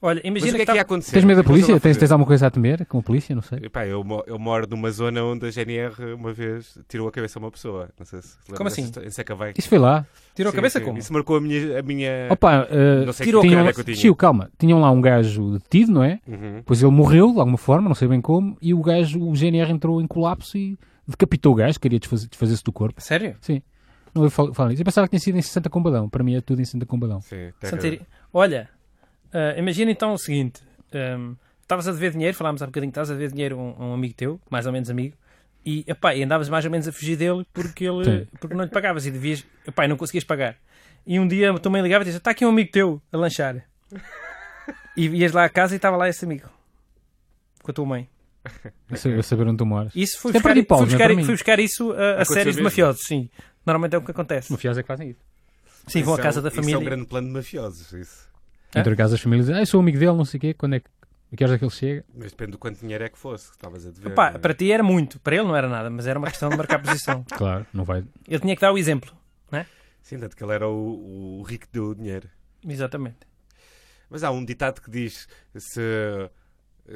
B: Olha,
C: Mas
B: imagina
C: o que é que
B: tá-
C: ia acontecer?
A: Tens medo da
C: O que é que eles
A: polícia?
C: vão
A: Tens,
C: fazer?
A: tens alguma coisa a temer com a polícia? Não sei.
C: Epá, eu, mo- eu moro numa zona onde a GNR uma vez tirou a cabeça a uma pessoa. Não sei se lembra
B: Como
C: dessa
B: assim?
C: histó- Em Sacavém.
A: Isso foi lá.
B: Tirou a
C: Sim,
B: cabeça
C: sim.
B: como?
C: Isso marcou a minha. A minha...
A: Opa, eh,
C: É. não sei
B: tirou
C: que
B: a
A: tinham,
C: cara
A: lá-
C: é que eu tinha.
A: Tio, calma. Tinham lá um gajo detido, não é?
C: Uhum.
A: Pois ele morreu de alguma forma, não sei bem como, e o gajo, o GNR entrou em colapso e decapitou o gajo, queria desfazer- desfazer-se do corpo.
B: Sério?
A: Sim. Não eu falo, falo isso. Eu pensava que tinha sido em Santa Combadão. Para mim é tudo em Santa Combadão.
C: Sim, tem
B: Santo
C: razão.
B: Iri- Olha, eh, imagina então o seguinte: ehm, estavas a dever dinheiro, falámos há bocadinho, que estavas a dever dinheiro a um, a um amigo teu, mais ou menos amigo, e, epá, e andavas mais ou menos a fugir dele porque, ele,
A: Sim.
B: porque não lhe pagavas e devias, epá, e não conseguias pagar. E um dia também ligava e dizia: Está aqui um amigo teu a lanchar. E ias lá a casa e estava lá esse amigo com a tua mãe.
A: Eu sei- eu saber onde tu moras.
B: Isso
A: Isto
B: fui
A: é
B: buscar,
A: perdi
B: fui
A: paus, não é
B: buscar,
A: para mim?
B: fui buscar isso a, a
C: Aconteceu
B: séries de
C: mesmo?
B: mafiosos, sim. Normalmente é o que acontece.
A: Mafiosos é que fazem isso.
B: Sim, vão à
C: Isso é
B: casa
C: um-
B: da
C: Isso é um
B: família.
C: grande plano de mafiosos. Isso.
B: Hã?
A: Entre casa as famílias dizem, ah, eu sou amigo dele, não sei o quê, quando é que, a que horas é que ele chega?
C: Mas depende do quanto dinheiro é que fosse, que estavas a dever.
B: Opa,
C: não é?
B: para ti era muito, para ele não era nada, mas era uma questão de marcar posição.
C: Ah.
A: Claro, não vai.
B: Ele tinha que dar o exemplo.
C: Sim, tanto que ele era o, o rico do dinheiro.
B: Exatamente.
C: Mas há um ditado que diz se,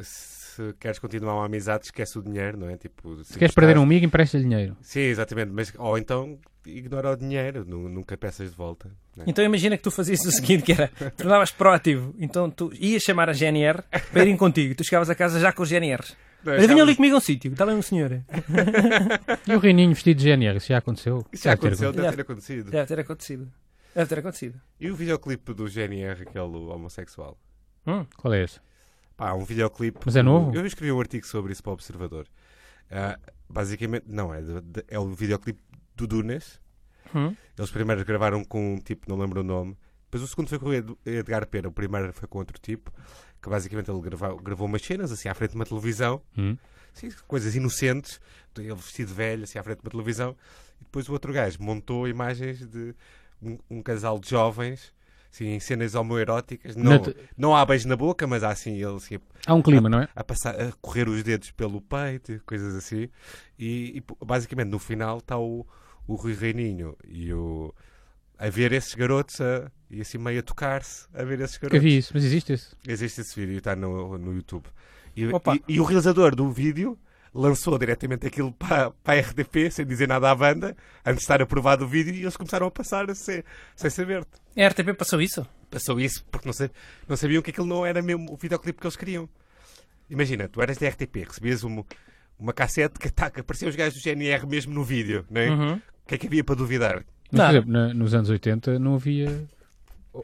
C: se queres continuar uma amizade, esquece o dinheiro, não é? Tipo,
A: Se queres perder um amigo, empresta-lhe dinheiro.
C: Sim, exatamente. Mas, ou então ignora o dinheiro, nu- nunca peças de volta. não é?
B: Então imagina que tu fazias o seguinte, que era, tornavas proativo, então tu ias chamar a GNR para irem contigo, tu chegavas a casa já com os GNRs.
C: Não,
B: Olha,
C: já-
B: Venha ali comigo a um sítio, está ali um senhor.
A: E o reininho vestido de GNR, isso já aconteceu?
C: Isso já
A: Deve ter
C: aconteceu, deve
B: Já.
C: ter acontecido.
B: Deve ter acontecido. Deve ter acontecido.
C: E o videoclipe do GNR, aquele homossexual?
B: Hum.
A: acontecido. Qual é esse?
C: Pá, há um videoclipe.
A: Mas é novo?
C: Eu escrevi um artigo sobre isso para o Observador. Ah, basicamente, não, é, de- de- é o videoclipe do Dunas.
B: Hum.
C: Eles primeiro gravaram com um tipo, não lembro o nome. Depois o segundo foi com o Ed- Edgar Pera, o primeiro foi com outro tipo, que basicamente ele gravou, gravou umas cenas assim à frente de uma televisão,
A: Hum.
C: assim, coisas inocentes, ele vestido de velho assim à frente de uma televisão, e depois o outro gajo montou imagens de um, um casal de jovens, assim, em cenas homoeróticas,
A: Na
C: não,
A: te-
C: não há beijo na boca, mas há assim ele assim,
A: Há um clima, não é?
C: a, passar, a correr os dedos pelo peito, e coisas assim. E, e, pô, basicamente no final está o, o Rui Reininho e o. a ver esses garotos a, e assim meio a tocar-se, a ver esses
A: Nunca
C: garotos.
A: vi isso, mas existe esse.
C: Existe esse vídeo, está no, no YouTube. E,
B: Opa.
C: e- e o realizador do vídeo lançou diretamente aquilo para, para a RDP, sem dizer nada à banda, antes de estar aprovado o vídeo, e eles começaram a passar sem, sem saber.
B: A RTP passou isso?
C: Passou isso porque não, sa- não sabiam que aquilo não era mesmo o videoclipe que eles queriam. Imagina, tu eras da RTP, recebias um- uma cassete que, tá, que apareciam os gajos do GNR mesmo no vídeo, não é?
A: Uhum.
C: O que é que havia para duvidar?
A: Mas,
B: Não.
A: por exemplo, na- nos anos 80 não havia.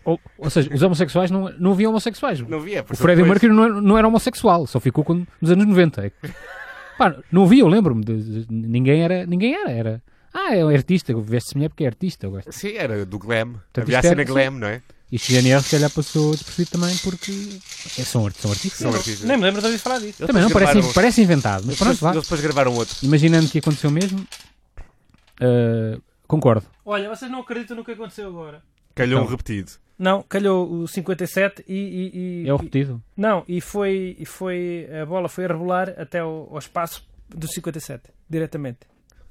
A: Ou, ou seja, os homossexuais não, não havia homossexuais.
C: Não havia.
A: o Freddie Mercury não era, não era homossexual, só ficou quando- nos anos 90. É que- Pá, não havia, eu lembro-me. de- de- Ninguém era, ninguém era, era. Ah, é um artista, veste-se mulher porque é artista. Eu gosto.
C: Sim, era do Glam.
A: Portanto,
C: havia a
A: isto era-
C: cena Glam, não é?
A: E o GNR se calhar passou despercebido também porque é, são, art- são artistas.
C: São artistas.
B: Nem me lembro de ouvir falar disso.
C: Eles
A: Também não,
C: depois
A: parece,
C: gravaram-
A: parece inventado, mas
C: eles
A: pronto,
C: depois,
A: vá.
C: eles depois gravaram outro.
A: Imaginando que aconteceu mesmo, ah, concordo.
B: Olha, vocês não acreditam no que aconteceu agora.
C: Calhou um
A: Então.
C: repetido.
B: Não, calhou o 57 e. e, e
A: É o
B: e-
A: repetido.
B: Não, e foi, e foi. A bola foi a rebolar até ao, ao espaço do 57, diretamente.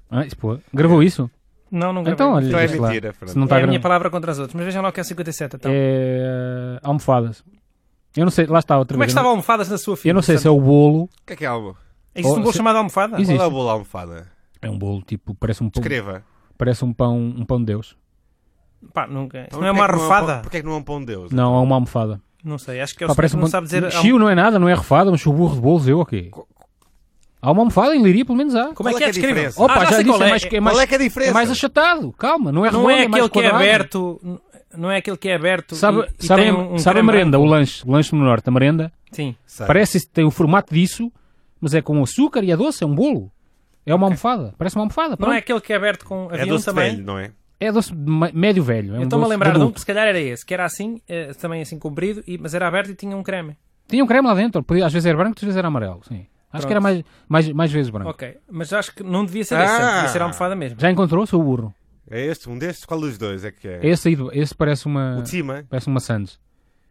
A: Ah, isso, pô, gravou isso?
B: É. Não, não gravei.
A: Então, olha, tá
C: Então é
A: diz lá.
C: mentira,
A: Se
C: Fernando.
A: não
B: É
A: está
B: a minha
A: gravado.
B: palavra contra as outras, mas vejam lá o que é o 57. Então.
A: É ah, almofadas. Eu não sei, lá está outra
B: Como é que
A: vez.
B: estavam almofadas na sua filha?
A: Eu não sei se é o bolo.
C: O que é que é algo?
B: Existe um
A: Oh,
B: bolo
A: se-
B: chamado almofada?
A: Existe.
C: Qual é o bolo à almofada?
A: É um bolo tipo, parece um pão,
C: Escreva.
A: parece um pão, um pão de Deus.
B: Pá, nunca. Isso
C: Então,
B: não é
C: porquê
B: uma
C: que um
B: arrofada?
C: pão- Porquê é que não é um pão de Deus?
A: Não, é uma almofada.
B: Não sei, acho que é o
A: Pá, parece
B: senhor
A: um
B: que não
A: pão-
B: sabe dizer.
A: o Chio não é nada, não é refada, mas o burro de bolos eu, ok. Há uma almofada em Liria, pelo menos há.
B: Como é
C: Qual
B: que é?
C: é que é a
B: Descreva.
C: diferença?
A: Opa,
B: Ah,
A: já,
B: sei
A: disse,
B: qual
A: é mais, é mais,
C: Qual é que é a diferença?
A: é mais achatado. Calma, não é
B: Não
A: redondo,
B: é
A: mais
B: aquele que é
A: quadrado.
B: aberto. n- Não é aquele que é aberto.
A: Sabe,
B: e- e
A: sabe,
B: tem um- um
A: sabe a
B: creme
A: merenda,
B: branco.
A: o lanche, o lanche no norte, a merenda?
B: Sim.
C: Sabe?
A: Parece que tem o formato disso, mas é com açúcar e é doce, é um bolo. É uma almofada, parece uma almofada.
B: Não
A: pronto.
B: é aquele que é aberto com
C: É
B: avião
C: doce de
B: também.
C: velho, não é?
A: É doce de me- médio velho. É um
B: Eu estou-me a
A: doce
B: lembrar de um
A: adulto.
B: que se calhar era esse, que era assim, eh, também assim comprido, e- mas era aberto e tinha um creme.
A: Tinha um creme lá dentro, podia- às vezes era branco, às vezes era amarelo. Sim. Acho
B: Pronto.
A: que era mais, mais, mais vezes branco.
B: Ok, mas acho que não devia ser
C: Ah!
B: esse, devia ser a almofada mesmo.
A: Já encontrou, seu burro?
C: É este, um destes? Qual dos dois é que é?
A: Esse aí, do- esse parece
C: O
A: uma,
C: de cima?
A: parece uma Sands.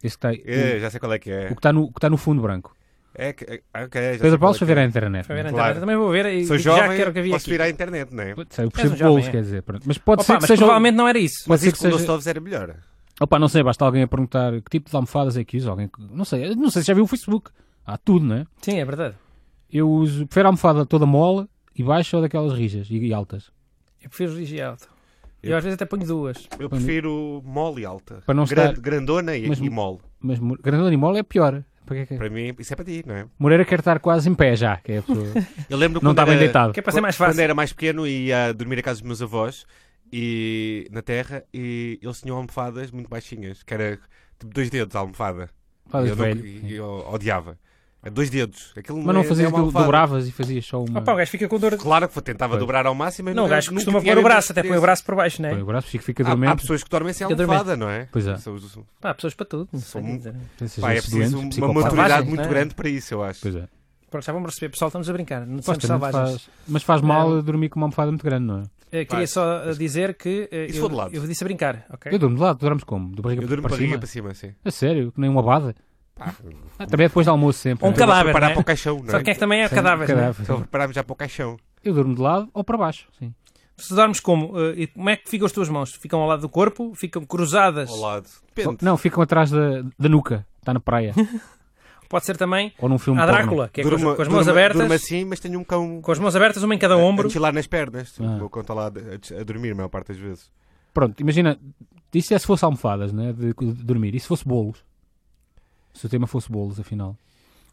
A: Esse que está aí,
C: É, já sei qual é que é.
A: o, o que está no, que está no fundo branco.
C: É que- é- ah, ok, já sei
A: Pedro
C: qual
A: Paulo,
C: é
A: se eu
C: que
A: ver
C: é.
A: a internet. né?
B: Foi ver na
C: Claro.
B: internet. Eu também vou ver e
C: Sou
B: digo já
C: jovem,
B: que era o que havia
C: posso
B: aqui.
C: virar à internet, não é?
A: Putz, Eu
B: És um
A: percebo
B: jovem,
A: bolos,
B: é.
A: quer dizer. pronto. Mas pode
B: Opa,
A: ser que
B: mas
A: seja.
B: provavelmente não era isso.
A: Pode
C: Mas
A: ser
C: isso
A: que
C: com o
A: seja...
C: Dostovs era melhor.
A: Opa, não sei, basta alguém a perguntar que tipo de almofadas é que usa. Alguém... que- Não sei, eu não sei se já viu o Facebook. Há tudo, não é?
B: Sim, é verdade.
A: Eu uso, prefiro a almofada toda mole e baixa ou daquelas rijas e, e altas.
B: Eu prefiro dirigir alto.
C: Eu-
B: Eu às vezes até ponho duas.
C: Eu prefiro mole e alta.
A: Para não
C: Grande-
A: estar-
C: Grandona e,
A: Mas-
C: e mole.
A: Mas mo- grandona e mole é pior. Porque é que-
C: Para mim, isso é para ti, não é?
A: Moreira quer estar quase em pé já. Que é para-
C: Eu lembro
A: não
C: quando
A: está bem
C: era-
A: deitado.
B: Que é para ser mais
C: Quando
B: fácil.
C: era mais pequeno e ia dormir a casa dos meus avós e na terra e eles tinham almofadas muito baixinhas, que era tipo dois dedos a almofada.
A: Fadas
B: Ah,
C: eu,
A: de
C: não-
A: velho.
C: e eu odiava. É dois dedos. Aquilo
A: Mas não
C: é- é
A: fazias,
C: uma
A: do-
C: almofada.
A: dobravas e fazias só uma.
B: Opa, o gajo fica com dor de...
C: Claro que tentava
A: Pois.
C: dobrar ao máximo. mas
B: Não, o
C: nunca-
B: gajo
C: nunca
B: costuma
C: tinha
B: pôr o
C: mesmo
B: braço, até põe o
C: experiência.
B: braço por baixo, não
A: Põe
B: é?
A: o braço, fica, fica
C: Há, há
A: dormente.
C: pessoas que dormem sem
B: Fica dormente.
C: almofada, não é?
A: Pois é.
C: Pessoas-
B: Pá, pessoas para tudo. não sei
C: São
B: o que
C: muito-
B: dizer.
A: Esses
C: Pá, é
A: doentes,
C: preciso uma
A: psicopatas.
C: maturidade
B: Selvagens,
C: muito
B: não é?
C: grande para isso, eu acho.
A: Pois é.
B: Pronto, já vamos receber. Pessoal, estamos a brincar. Não somos
A: Supostamente
B: selvagens.
A: faz- Mas faz mal
B: Não.
A: dormir com uma almofada muito grande, não é?
B: Eh, eh, queria
C: Vai.
B: só eh, dizer que. eh,
C: Isso
B: eu,
C: foi de lado.
B: Eu disse a brincar, ok?
A: Eu durmo de lado, tu dormes como? De barriga
C: É. Eu durmo
A: para
C: para,
A: cima?
C: para cima, sim.
A: A sério? Que nem uma abada?
C: Pá,
A: Ah, também é depois do almoço sempre.
B: Ou um
A: né?
B: cadáver.
C: vou preparar
B: né?
C: para o caixão, não
B: Só
C: é?
B: que é que também é
A: Sim,
B: cadáveres. né?
A: cadáver.
C: Então preparámos já para o caixão.
A: Eu durmo de lado ou para baixo, sim.
B: Se dormes como? Eh, e como é que ficam as tuas mãos? Ficam ao lado do corpo? Ficam cruzadas?
C: Ao lado. Depende.
A: Não, ficam atrás da, da nuca. Está na praia.
B: Pode ser também
A: ou num filme
B: a
A: porno.
B: Drácula, que é com as-
C: Durmo-
B: com as mãos
C: durmo-
B: abertas.
C: Durmo assim, É, mas tenho um cão
B: Com as mãos abertas, uma em cada ombro.
C: a lá nas pernas. Tipo,
A: Ah.
C: O cão está lá a, a dormir a maior parte das vezes.
A: Pronto, imagina, isso é se fosse almofadas, né? De, de dormir. E se fosse bolos? Se o tema fosse bolos, afinal.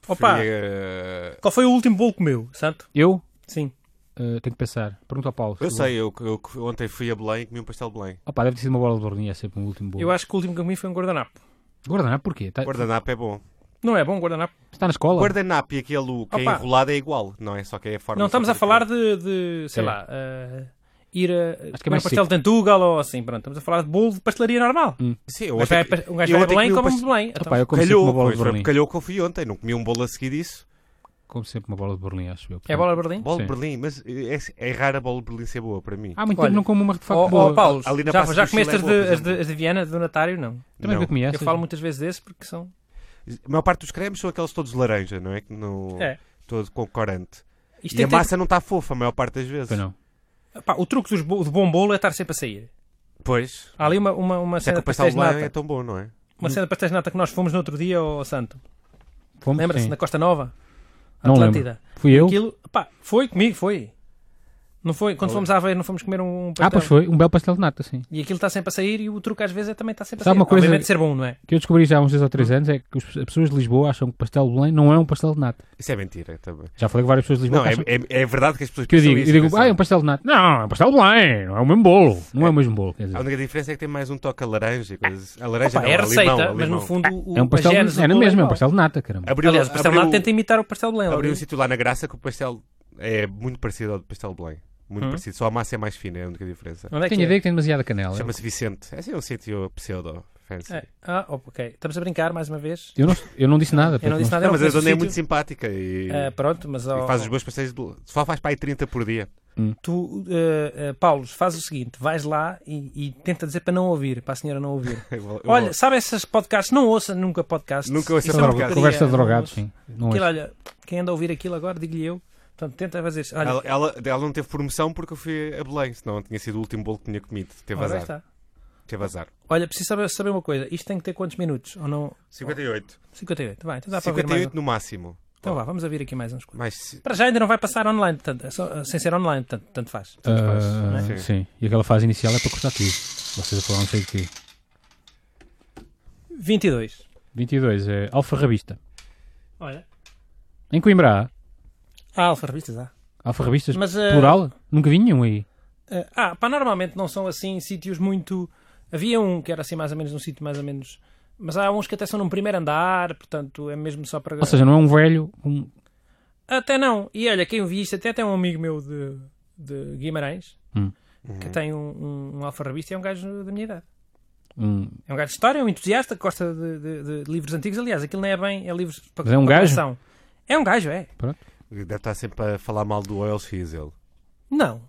B: Opa,
C: Preferia, eh,
B: qual foi o último bolo que comeu, Santo?
A: Eu
B: Sim.
A: eh, tenho que pensar. Pergunta ao Paulo.
C: eu
A: se-
C: sei, eu, eu ontem fui a Belém e comi um pastel de Belém.
A: Opa, deve ter sido uma bola de borrinha, é sempre um último bolo.
B: Eu acho que o último que eu comi foi um guardanapo.
A: Guardanapo, porquê? Tá-
C: Guardanapo é bom.
B: Não é bom guardanapo?
A: Está na escola?
C: Guardanapo e aquele que
B: Opa.
C: é enrolado é igual, não é? Só que é a forma.
B: Não, estamos a falar de, de, sei
A: É.
B: lá, eh, ir a
A: Acho que é
B: comer um
A: mais
B: pastel
A: seco.
B: de Antugal ou assim, pronto. Estamos a falar de bolo de pastelaria normal.
C: Sim, eu
B: Um gajo
C: ontem-
B: vai a- um gajo vai
C: eu
B: a Belém
C: ontem
B: e
C: comi um
B: come
C: pastel-
B: Belém. Então,
A: Opa, eu como sempre uma bola
C: Calhou,
A: de
C: pois,
A: borlinha.
C: foi- calhou que eu fui ontem, não comi um bolo a seguir disso.
A: Como sempre uma bola de borlinha, acho eu.
B: É bola de Berlim?
C: Bola de
A: Sim. Ah,
C: Berlim, mas é, é rara a bola de Berlim ser boa para mim.
A: Há muito
B: Olha,
A: tempo não como uma de facto
B: Ó
A: boa.
B: ó, Paulo,
C: Ali na
B: já,
C: Praça
B: já
C: do Chile
B: comeste
C: é
B: as,
C: boa,
B: de,
C: por É,
B: as, de, as de Viena, do Natário? Não.
A: Também
C: não.
A: nunca comi
B: Eu
A: essas.
B: falo muitas vezes desse porque são...
C: A maior parte dos cremes são aqueles todos de laranja, não é? Que não-
B: É.
C: Todo com corante.
B: Isto
C: e
B: tem
C: a
B: que ter-
C: massa não está fofa a maior parte das vezes.
A: Pois não.
B: Pá, o truque dos bo- do bom bolo é estar sempre a sair.
C: Pois.
B: Há ali uma, uma, uma
C: Se é
B: cena
C: que o
B: de
C: pastel
B: pastéis
C: de
B: de
C: Belém
B: nata.
C: é tão bom, não é?
B: Uma cena de pastéis de nata que nós fomos no outro dia ao Santo.
A: Fomos,
B: Lembra-se?
A: sim.
B: Na Costa Nova?
A: Não
B: Atlântida.
A: Fui eu?
B: Aquilo, pá, foi comigo, foi. Não foi? Quando fomos à Aveiro, não fomos comer um pastel.
A: Ah, pois foi. Um belo pastel de nata, sim.
B: E aquilo está sempre a sair e o truque às vezes é também está sempre a
A: Sabe
B: sair.
A: uma coisa-
B: Obviamente ser bom, não é?
A: O que eu descobri já há uns 2 ou 3
B: Hum.
A: anos é que os- as pessoas de Lisboa acham que pastel de Belém não é um pastel de nata.
C: Isso é mentira também.
A: Já falei com várias pessoas de Lisboa
C: Não,
A: que
C: é,
A: acham
C: é- é verdade que as pessoas
A: que eu
C: pensam
A: digo, eu
C: isso,
A: digo,
C: atenção.
A: ah, é um pastel de nata. Não, é um pastel de Belém, não é o mesmo bolo. Não é, o mesmo bolo, quer dizer.
C: A única diferença é que tem mais um toque a laranja e coisas. assim. A laranja
B: Opa,
C: não,
B: é a
C: a
B: receita,
C: limão, a
B: mas no
C: limão.
B: fundo o,
A: É um pastel
B: a
A: de
B: gênese
A: nata. É
B: do
A: na
B: bolo
A: mesma, é um
B: igual.
A: pastel de nata, caramba.
C: Abriu,
B: Aliás, o pastel de
C: abriu,
B: nata tenta imitar o pastel de Belém.
C: abriu um
B: ali.
C: sítio lá na Graça que o pastel é muito parecido ao do pastel de Belém.
B: Hum?
C: Muito parecido. Só a massa é mais fina, é a única diferença.
B: Onde é que
A: Tenho
B: é?
A: ideia que tem demasiada canela.
C: Chama-se Vicente. Esse é um sítio pseudo. Fancy.
B: É. Ah, oh, ok. Estamos a brincar mais uma vez.
A: Eu não, eu não disse nada.
B: Eu não
A: porque
B: disse nada.
C: Não, mas a
B: conheço o
C: dona é
B: um sítio.
C: muito simpática e,
B: Ah, pronto, mas
C: e
B: ó,
C: faz os bons pastéis. de- Só faz para aí 30 por dia.
B: tu, eh, eh, Paulo, faz o seguinte: vais lá e, e tenta dizer para não ouvir, para a senhora não ouvir.
C: Eu vou- eu
B: Olha,
C: vou-
B: sabe essas podcasts? Não ouça nunca podcasts.
C: Nunca ouça
B: Isso é uma
C: podcast.
B: porcaria.
A: Conversa de
B: Não
A: drogado,
B: ouça.
A: sim. Não
B: Aquilo,
A: é.
B: olha, quem anda a ouvir aquilo agora, digo-lhe eu. Portanto, tenta fazer. Olha,
C: ela, ela, ela não teve promoção porque eu fui a Belém, senão tinha sido o último bolo que tinha comido. Teve
B: ora, aí
C: azar.
B: está.
C: Teve azar.
B: Olha, preciso saber, saber uma coisa. Isto tem que ter quantos minutos? Ou não?
C: 58.
B: 58. Vai, então dá para ouvir mais.
C: 58
B: um.
C: no máximo.
B: Então vá, vamos ouvir aqui mais uns.
C: Mas
B: Para já ainda não vai passar online, portanto, é só- sem ser online, portanto, tanto faz. é?
A: Ah,
C: Sim.
A: sim. E aquela fase inicial é para cortar tudo. Vocês a falar não sei de quê.
B: 22.
A: 22 é alfarrabista.
B: Olha.
A: Em Coimbra
B: Ah, alfa revistas, ah.
A: há alfarrabistas
B: Mas, eh,
A: plural? Nunca vi nenhum aí.
B: Eh, ah, pá, normalmente não são assim sítios muito. Havia um que era assim, mais ou menos, um sítio mais ou menos. Mas há uns que até são num primeiro andar, portanto é mesmo só para.
A: Ou seja, não é um velho. um-
B: Até não. E olha, quem vi isto, até tem um amigo meu de, de Guimarães
A: Hum.
B: que tem um, um, um alfarrabista e é um gajo da minha idade.
A: um-
B: É um gajo de história, é um entusiasta que gosta de, de- de livros antigos. Aliás, aquilo não é bem, é livros para
A: Mas é um
B: para
A: gajo?
B: coleção. É um gajo, é.
C: deve estar sempre a falar mal do Oil Shiesel.
B: Não.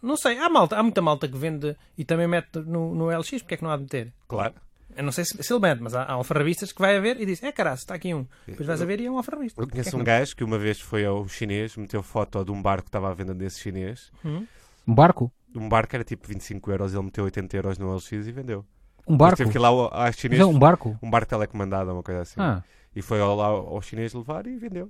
B: Não sei. Há, malta, há muita malta que vende e também mete no, no LX, porque é que não há de meter?
C: Claro.
B: Eu não sei se, se ele mete, mas há, há alfarrabistas que vai a ver e diz: É caralho, está aqui um. Depois vais a ver e é um alfarrabista.
C: Eu conheço um gajo que uma vez foi ao chinês, meteu foto de um barco que estava à venda nesse chinês.
A: um barco?
C: Um barco era tipo 25 euros, ele meteu 80 euros no LX e vendeu.
A: Um
C: Mas
A: barco?
C: Teve que ir lá ao, ao
A: Mas
C: chinês,
A: é um barco?
C: um barco telecomandado, uma coisa assim.
A: Ah,
C: E foi ao- lá ao chinês levar e vendeu.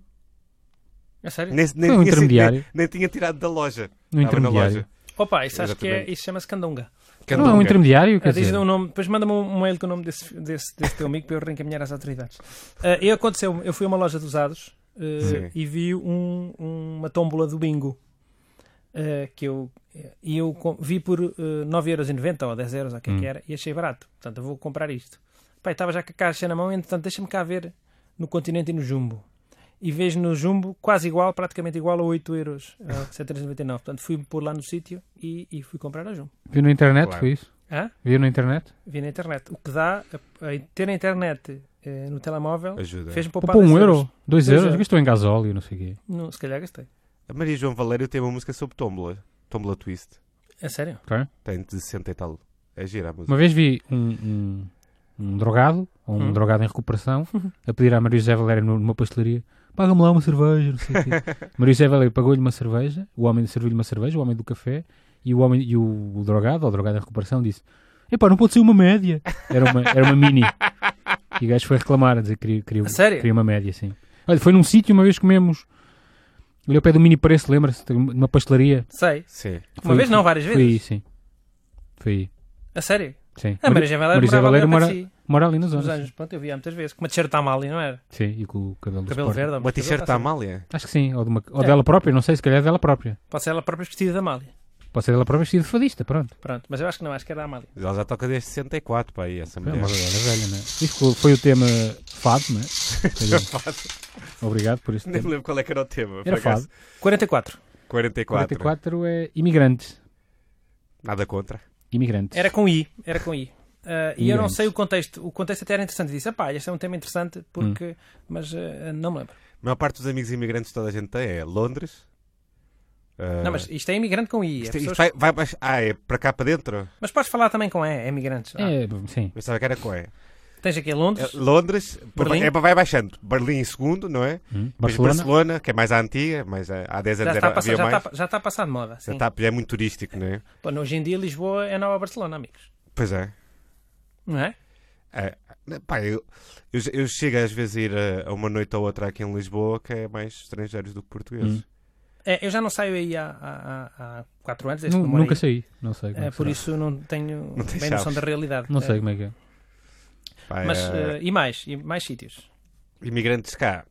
B: É sério?
C: Nem, nem
A: Foi um
C: tinha-
A: intermediário.
C: nem- nem tinha tirado da loja.
A: um
C: Estava na
A: intermediário.
C: loja.
B: Opa, isso acho que é,
C: Exatamente.
B: isso chama-se candonga.
A: Não é um
C: Candonga.
A: intermediário? Quer
B: Ah, diz
A: dizer,
B: um nome, depois manda-me um mail com o nome desse, desse, desse teu amigo para eu reencaminhar às autoridades. Ah, e aconteceu, eu fui a uma loja de usados ah,
C: Sim.
B: e vi um- uma tómbola do bingo ah, que eu, e eu com- vi por ah, 9,90€ ou 10€ euros, ou o que é
A: Hum.
B: que era, e achei barato. Portanto, eu vou comprar isto. Pai, estava já com a caixa na mão, entretanto, deixa-me cá ver no Continente e no Jumbo. E vejo no Jumbo quase igual, praticamente igual a 8 euros, ah, a 7,99. Portanto, fui pôr lá no sítio e, e fui comprar a Jumbo.
A: Viu na internet?
C: Claro.
A: Foi isso?
B: Hã?
A: Viu na internet?
B: Vi na internet. O que dá, a- a- ter a internet eh, no telemóvel,
C: Ajuda.
B: fez-me poupar
A: Poupou
B: 10
A: um euro? Dois
B: Dois
A: euros?
B: euros.
A: Gastou em gasóleo, não sei o quê.
B: Não, se calhar gastei.
C: A Maria João Valério tem uma música sobre Tumblr. Tumblr Twist.
B: É sério?
A: claro.
C: Tem de 60 e tal. É gira a música.
A: Uma vez vi um, um, um drogado, ou um
B: Hum.
A: drogado em recuperação, a pedir à Maria José Valéria nu- numa pastelaria: paga-me lá uma cerveja, não sei o quê. Maria José Valéria pagou-lhe uma cerveja, o homem serviu-lhe uma cerveja, o homem do café, e o, homem, e o, o drogado, ou drogado em recuperação, disse: Epá, não pode ser uma média. Era uma, era uma mini. E o gajo foi reclamar, a dizer que queria, queria,
B: A sério?
A: queria uma média, sim. Olha, foi num sítio uma vez comemos. Olha, ao pé do mini preço, lembra-se? Tem Uma pastelaria.
B: Sei.
C: Sim.
B: Uma
A: Foi-
B: vez não, várias
A: Foi aí,
B: vezes.
A: sim. Foi aí,
B: A sério?
A: sim.
B: A Ah, Maria Valéria
A: Maria José
B: morava
A: Valério
B: ao
A: mora,
B: pé de si.
A: mora ali na zona.
B: Nos
A: sim.
B: anos, pronto, eu via muitas vezes. Com uma t-shirt à mali, não era?
A: Sim, e com o cabelo do
B: Cabelo
A: Sporting.
B: verde. ou assim.
C: Uma t-shirt tá
B: cabelo,
C: à
B: não sei.
C: Amália.
A: Acho que sim, ou, de uma- ou
B: É.
A: dela própria, não sei, se calhar é dela própria.
B: Pode ser ela própria vestida da Amália.
A: Pode ser dela própria vestida de fadista, pronto.
B: Pronto, mas eu acho que não, acho que era a Amália.
C: Ela já toca desde 64, pá, aí,
A: É
C: essa mulher.
A: uma galera velha, né? Isso foi o tema fado, né? Obrigado por este
C: Nem me
A: tema.
C: lembro qual é que era o tema. por
A: Era
C: acaso.
A: fado.
B: 44.
C: 44.
A: 44 é imigrantes.
C: Nada contra.
A: Imigrantes.
B: Era com I. Era com I. Ah, e eu não
A: Imigrantes.
B: sei o contexto. O contexto até era interessante. Disse, pá, este é um tema interessante
A: Hum.
B: porque... Mas ah, não me lembro.
C: A maior parte dos amigos imigrantes que toda a gente tem é Londres. Ah,
B: Não, mas isto é imigrante com I. é
C: isto- isto
B: pessoas-
C: vai, vai baix- Ah, é para cá para dentro?
B: Mas podes falar também com E, é imigrantes. Ah,
A: É, sim.
C: Eu pensava que era com E.
B: Tens aqui
C: É
B: Londres.
C: Londres,
B: Berlim?
C: é para vai baixando. Berlim em segundo, não é?
A: Hum.
C: Depois
A: Barcelona.
C: Barcelona, que é mais a antiga, mas ah, há 10
B: Já
C: anos
B: está,
C: era,
B: a passar,
C: havia
B: já,
C: mais.
B: está, já está a passar de moda.
C: Já
B: Sim.
C: está, é muito turístico, não é?
B: Pô, hoje em dia Lisboa é a nova Barcelona, amigos.
C: Pois é.
B: Não é?
C: É, pá, eu, eu, eu chego às vezes a ir a, a uma noite ou outra aqui em Lisboa que é mais estrangeiros do que portugueses.
B: É, eu já não saio aí há, há, há- há quatro anos, desde
A: Nu-
B: que moro
A: Nunca
B: aí.
A: saí. Não sei. como
B: É,
A: é que
B: por
A: será.
B: isso não tenho
C: Não tem
B: bem noção
C: chaves.
B: da realidade.
A: Não
B: É,
A: sei como é que é.
C: Pá,
B: Mas,
C: é,
B: eh, e mais? E mais sítios?
C: Imigrantes cá.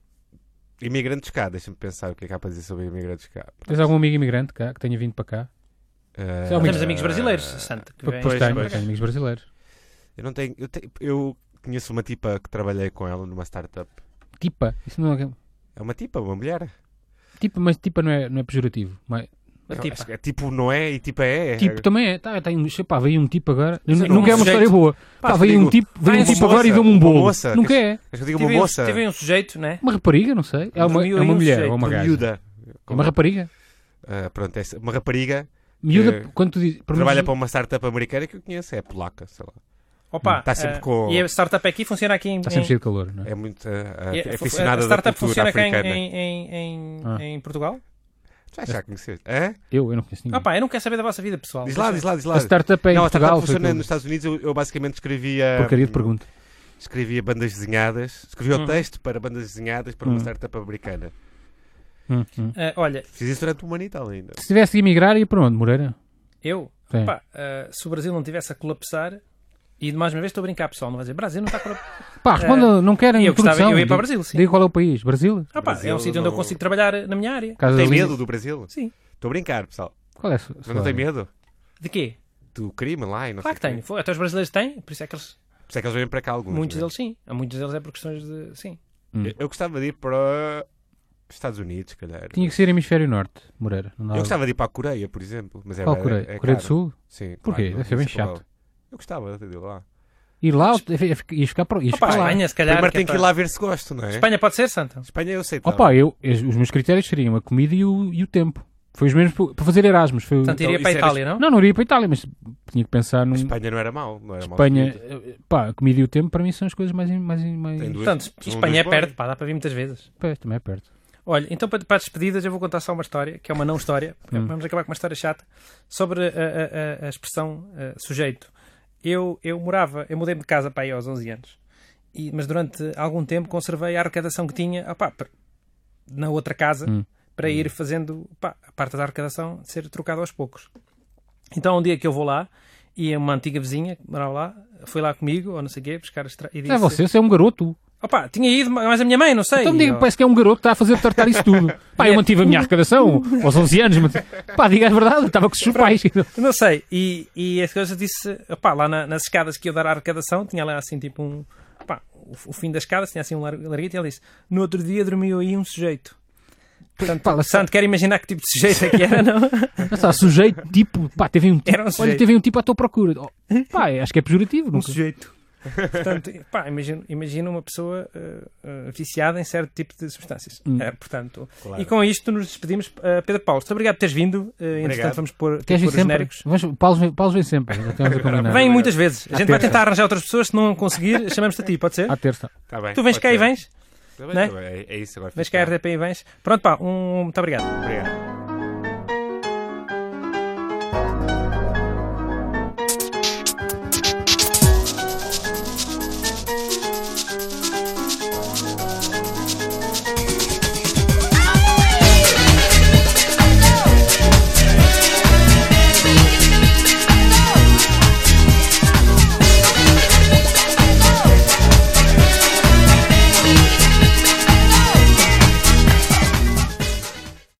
C: Imigrantes cá, deixa-me pensar o que é que há para dizer sobre imigrantes cá.
A: Tens algum amigo imigrante cá que tenha vindo para cá?
C: Eh,
A: Só
B: Temos amigos brasileiros, Santo, que vêm.
A: Pois tenho,
C: pois.
A: tenho amigos brasileiros.
C: Eu não tenho. Eu, tenho- eu conheço uma tipa que trabalhei com ela numa startup.
A: Tipa. Isso não é.
C: É uma tipa, uma mulher.
A: Tipa, mas tipa não é, não é pejorativo. Mas,
B: Uma
C: Eu
B: tipa.
C: acho que É tipo, não é? E tipo, é.
A: tipo também é. Tá, tem, sei pá, veio um tipo agora.
B: Sim,
A: nunca é
B: um
A: uma
B: sujeito.
A: história boa.
C: Pá,
A: Pá,
C: te
A: veio
C: digo,
A: um tipo, veio um
B: vai
A: tipo
C: uma
A: agora e
C: moça,
A: deu-me um
C: uma
A: bolo.
C: moça,
A: Nunca
C: que-
A: é.
C: Acho que eu digo uma
B: Tive,
C: moça.
B: um, tive um sujeito, né?
A: Uma rapariga, não sei. É uma,
B: miúdo
A: é
B: e
A: uma
B: um
A: mulher
B: sujeito.
A: ou uma
C: Uma
A: gaja.
C: miúda.
A: É uma rapariga.
C: Ah, pronto, é essa- uma rapariga
A: Miúda,
C: É.
A: quando tu dizes. pelo menos-
C: trabalha para uma startup americana que eu conheço, é polaca, sei lá.
B: Opa,
C: Está Tá sempre
B: eh,
C: com-
B: E a startup aqui funciona aqui em.
A: Está
B: em-
A: sempre cheio de calor, não é?
C: É muito ah, ah,
B: e a-
C: aficionada
B: a
C: da
B: startup
C: cultura
B: funciona cá em,
C: africana.
B: em, em, em-
A: Ah.
B: em Portugal?
C: Já, já conheceste. Hã?
A: Eu, eu não conheço ninguém.
B: Opa, eu não quero saber da vossa vida pessoal.
C: Hum. Diz lá,
B: Deixa-
C: diz lá, diz lá.
A: a startup é em
C: Ah, não, a
A: Portugal.
C: startup
A: Foi
C: funciona
A: aquilo.
C: nos Estados Unidos. Eu, eu basicamente escrevia.
A: Porcaria de pergunta.
C: Escrevia bandas desenhadas. Escrevia
B: Hum.
C: o texto para bandas desenhadas para
A: Hum.
C: uma startup americana.
A: Hum, hum.
B: Eh, olha,
C: Fiz isso durante um ano e tal ainda.
A: Se tivesse que emigrar, ia para onde? Moreira?
B: eu,
A: Sim.
B: pá, eh, se o Brasil não tivesse a colapsar, e mais uma vez estou a brincar, pessoal, não vai dizer Brasil não está a colapsar.
A: Pá, responda, não querem
B: É. eu gostava-
A: introdução.
B: eu ia para o
A: Diga-
B: Brasil, sim.
A: Diga qual é o país. Brasil?
B: Ah, pá, é
C: Brasil
B: um sítio onde eu
C: não-
B: consigo trabalhar na minha área.
A: Casa
C: Tem
A: das Línguas?
C: medo do Brasil?
B: Sim.
C: Estou a brincar, pessoal.
A: Qual é a sua-
C: Mas não
A: sua-
C: tem medo
B: De quê?
C: do crime lá e não
B: Claro que
C: sei o
B: tenho.
C: quê.
B: Foi- Até os brasileiros têm, por isso é que eles.
C: Por isso é que eles vêm para cá alguns.
B: Muitos
C: né?
B: deles sim. Há muitos deles é por questões de. Sim.
A: Hum.
C: Eu- Eu gostava de ir para os Estados Unidos, se calhar.
A: Tinha que ser hemisfério norte, Moreira. Não dá-
C: Eu gostava de ir para a Coreia, por exemplo. Mas é,
A: Qual
C: é-
A: Coreia?
C: é
A: Coreia do
C: caro.
A: Sul?
C: Sim.
A: Porquê?
C: claro, não-
A: Deve ser
C: não
A: bem
C: sei qual é.
A: chato.
C: Eu gostava de ir lá.
A: Ir lá, ias ficar para.
B: Opa, Espanha, se calhar.
C: Primeiro
B: que é
C: tem que ir
B: para-
C: lá ver se gosto, não é?
B: Espanha pode ser, Santo?
C: Espanha eu
B: então.
C: sei. tá
A: Opa,
C: bem.
A: eu, es- os meus critérios seriam a comida e o, e o tempo. Foi os mesmos para- para fazer Erasmus. Foi,
B: Portanto,
C: Então,
B: iria para a
C: isso era-
B: Itália, não?
A: não, não iria para a Itália, mas tinha que pensar num.
C: A Espanha não era mau. Não era mau
A: Espanha,
C: de tudo.
A: eh, pá, a comida e o tempo para mim são as coisas mais. mais, mais
C: Tem duas- um,
B: Portanto,
C: são
B: Espanha é
C: duas boas.
B: perto, pá, dá para vir muitas vezes.
A: Pois, também é perto.
B: Olha, então para, para as despedidas eu vou contar só uma história, que é uma não história, porque
A: Hum.
B: vamos acabar com uma história chata, sobre a, a- a- a expressão eh, sujeito. Eu, eu morava, eu mudei-me de casa para aí aos 11 anos, e- mas durante algum tempo conservei a arrecadação que tinha opá, per- na outra casa
A: Hum.
B: para ir fazendo opá, a parte da arrecadação ser trocada aos poucos. Então um dia que eu vou lá, e uma antiga vizinha que morava lá, foi lá comigo, ou não sei o quê, buscar as tra- e disse...
A: É você, você é um garoto.
B: Opá, tinha ido, mas a minha mãe, não sei.
A: Então me diga,
B: Ou-
A: parece que é um garoto que está a fazer tratar isso tudo. Pá, eu mantive a minha arrecadação aos 11 anos. mantive- Pá, diga a verdade, estava com os seus pais.
B: Não sei, e, e as coisas disse, opá, lá na- nas escadas que eu dar à arrecadação, tinha lá assim tipo um, opá, o, o fim das escadas tinha assim um lar- larguito, e ele disse, no outro dia dormiu aí um sujeito. Portanto,
A: Pá, lá está.
B: Santo, quer imaginar que tipo de sujeito é que era, não?
A: Não está, sujeito, tipo, pá, teve um tipo.
B: Era um
A: olha,
B: sujeito.
A: teve um tipo à tua procura. Oh, Pá, acho que é pejorativo. nunca-
B: sujeito. Portanto, pá, imagino, imagino uma pessoa eh, eh, viciada em certo tipo de substâncias. Eh, portanto,
C: Claro.
B: E com isto nos despedimos. Eh, Pedro Paulo, muito obrigado por teres vindo. Eh, entretanto,
C: Obrigado.
B: vamos pôr,
A: Queres
B: pôr
A: vir
B: os
A: sempre?
B: genéricos.
A: Vamos, Paulo, vem- Paulo vem sempre. já Estamos a combinar.
B: Vem muitas vezes. A gente vai tentar arranjar outras pessoas. Se não conseguir, chamamos-te a ti, pode ser?
A: À terça.
C: Tá bem,
B: Tu vens
C: pode
B: cá e
C: ser.
B: vens?
C: Tá bem,
B: né?
C: tá bem, É, é isso agora.
B: Vens
C: fica
B: cá à
C: bem.
B: RDP e vens? Pronto, pá, um, muito obrigado.
C: Obrigado.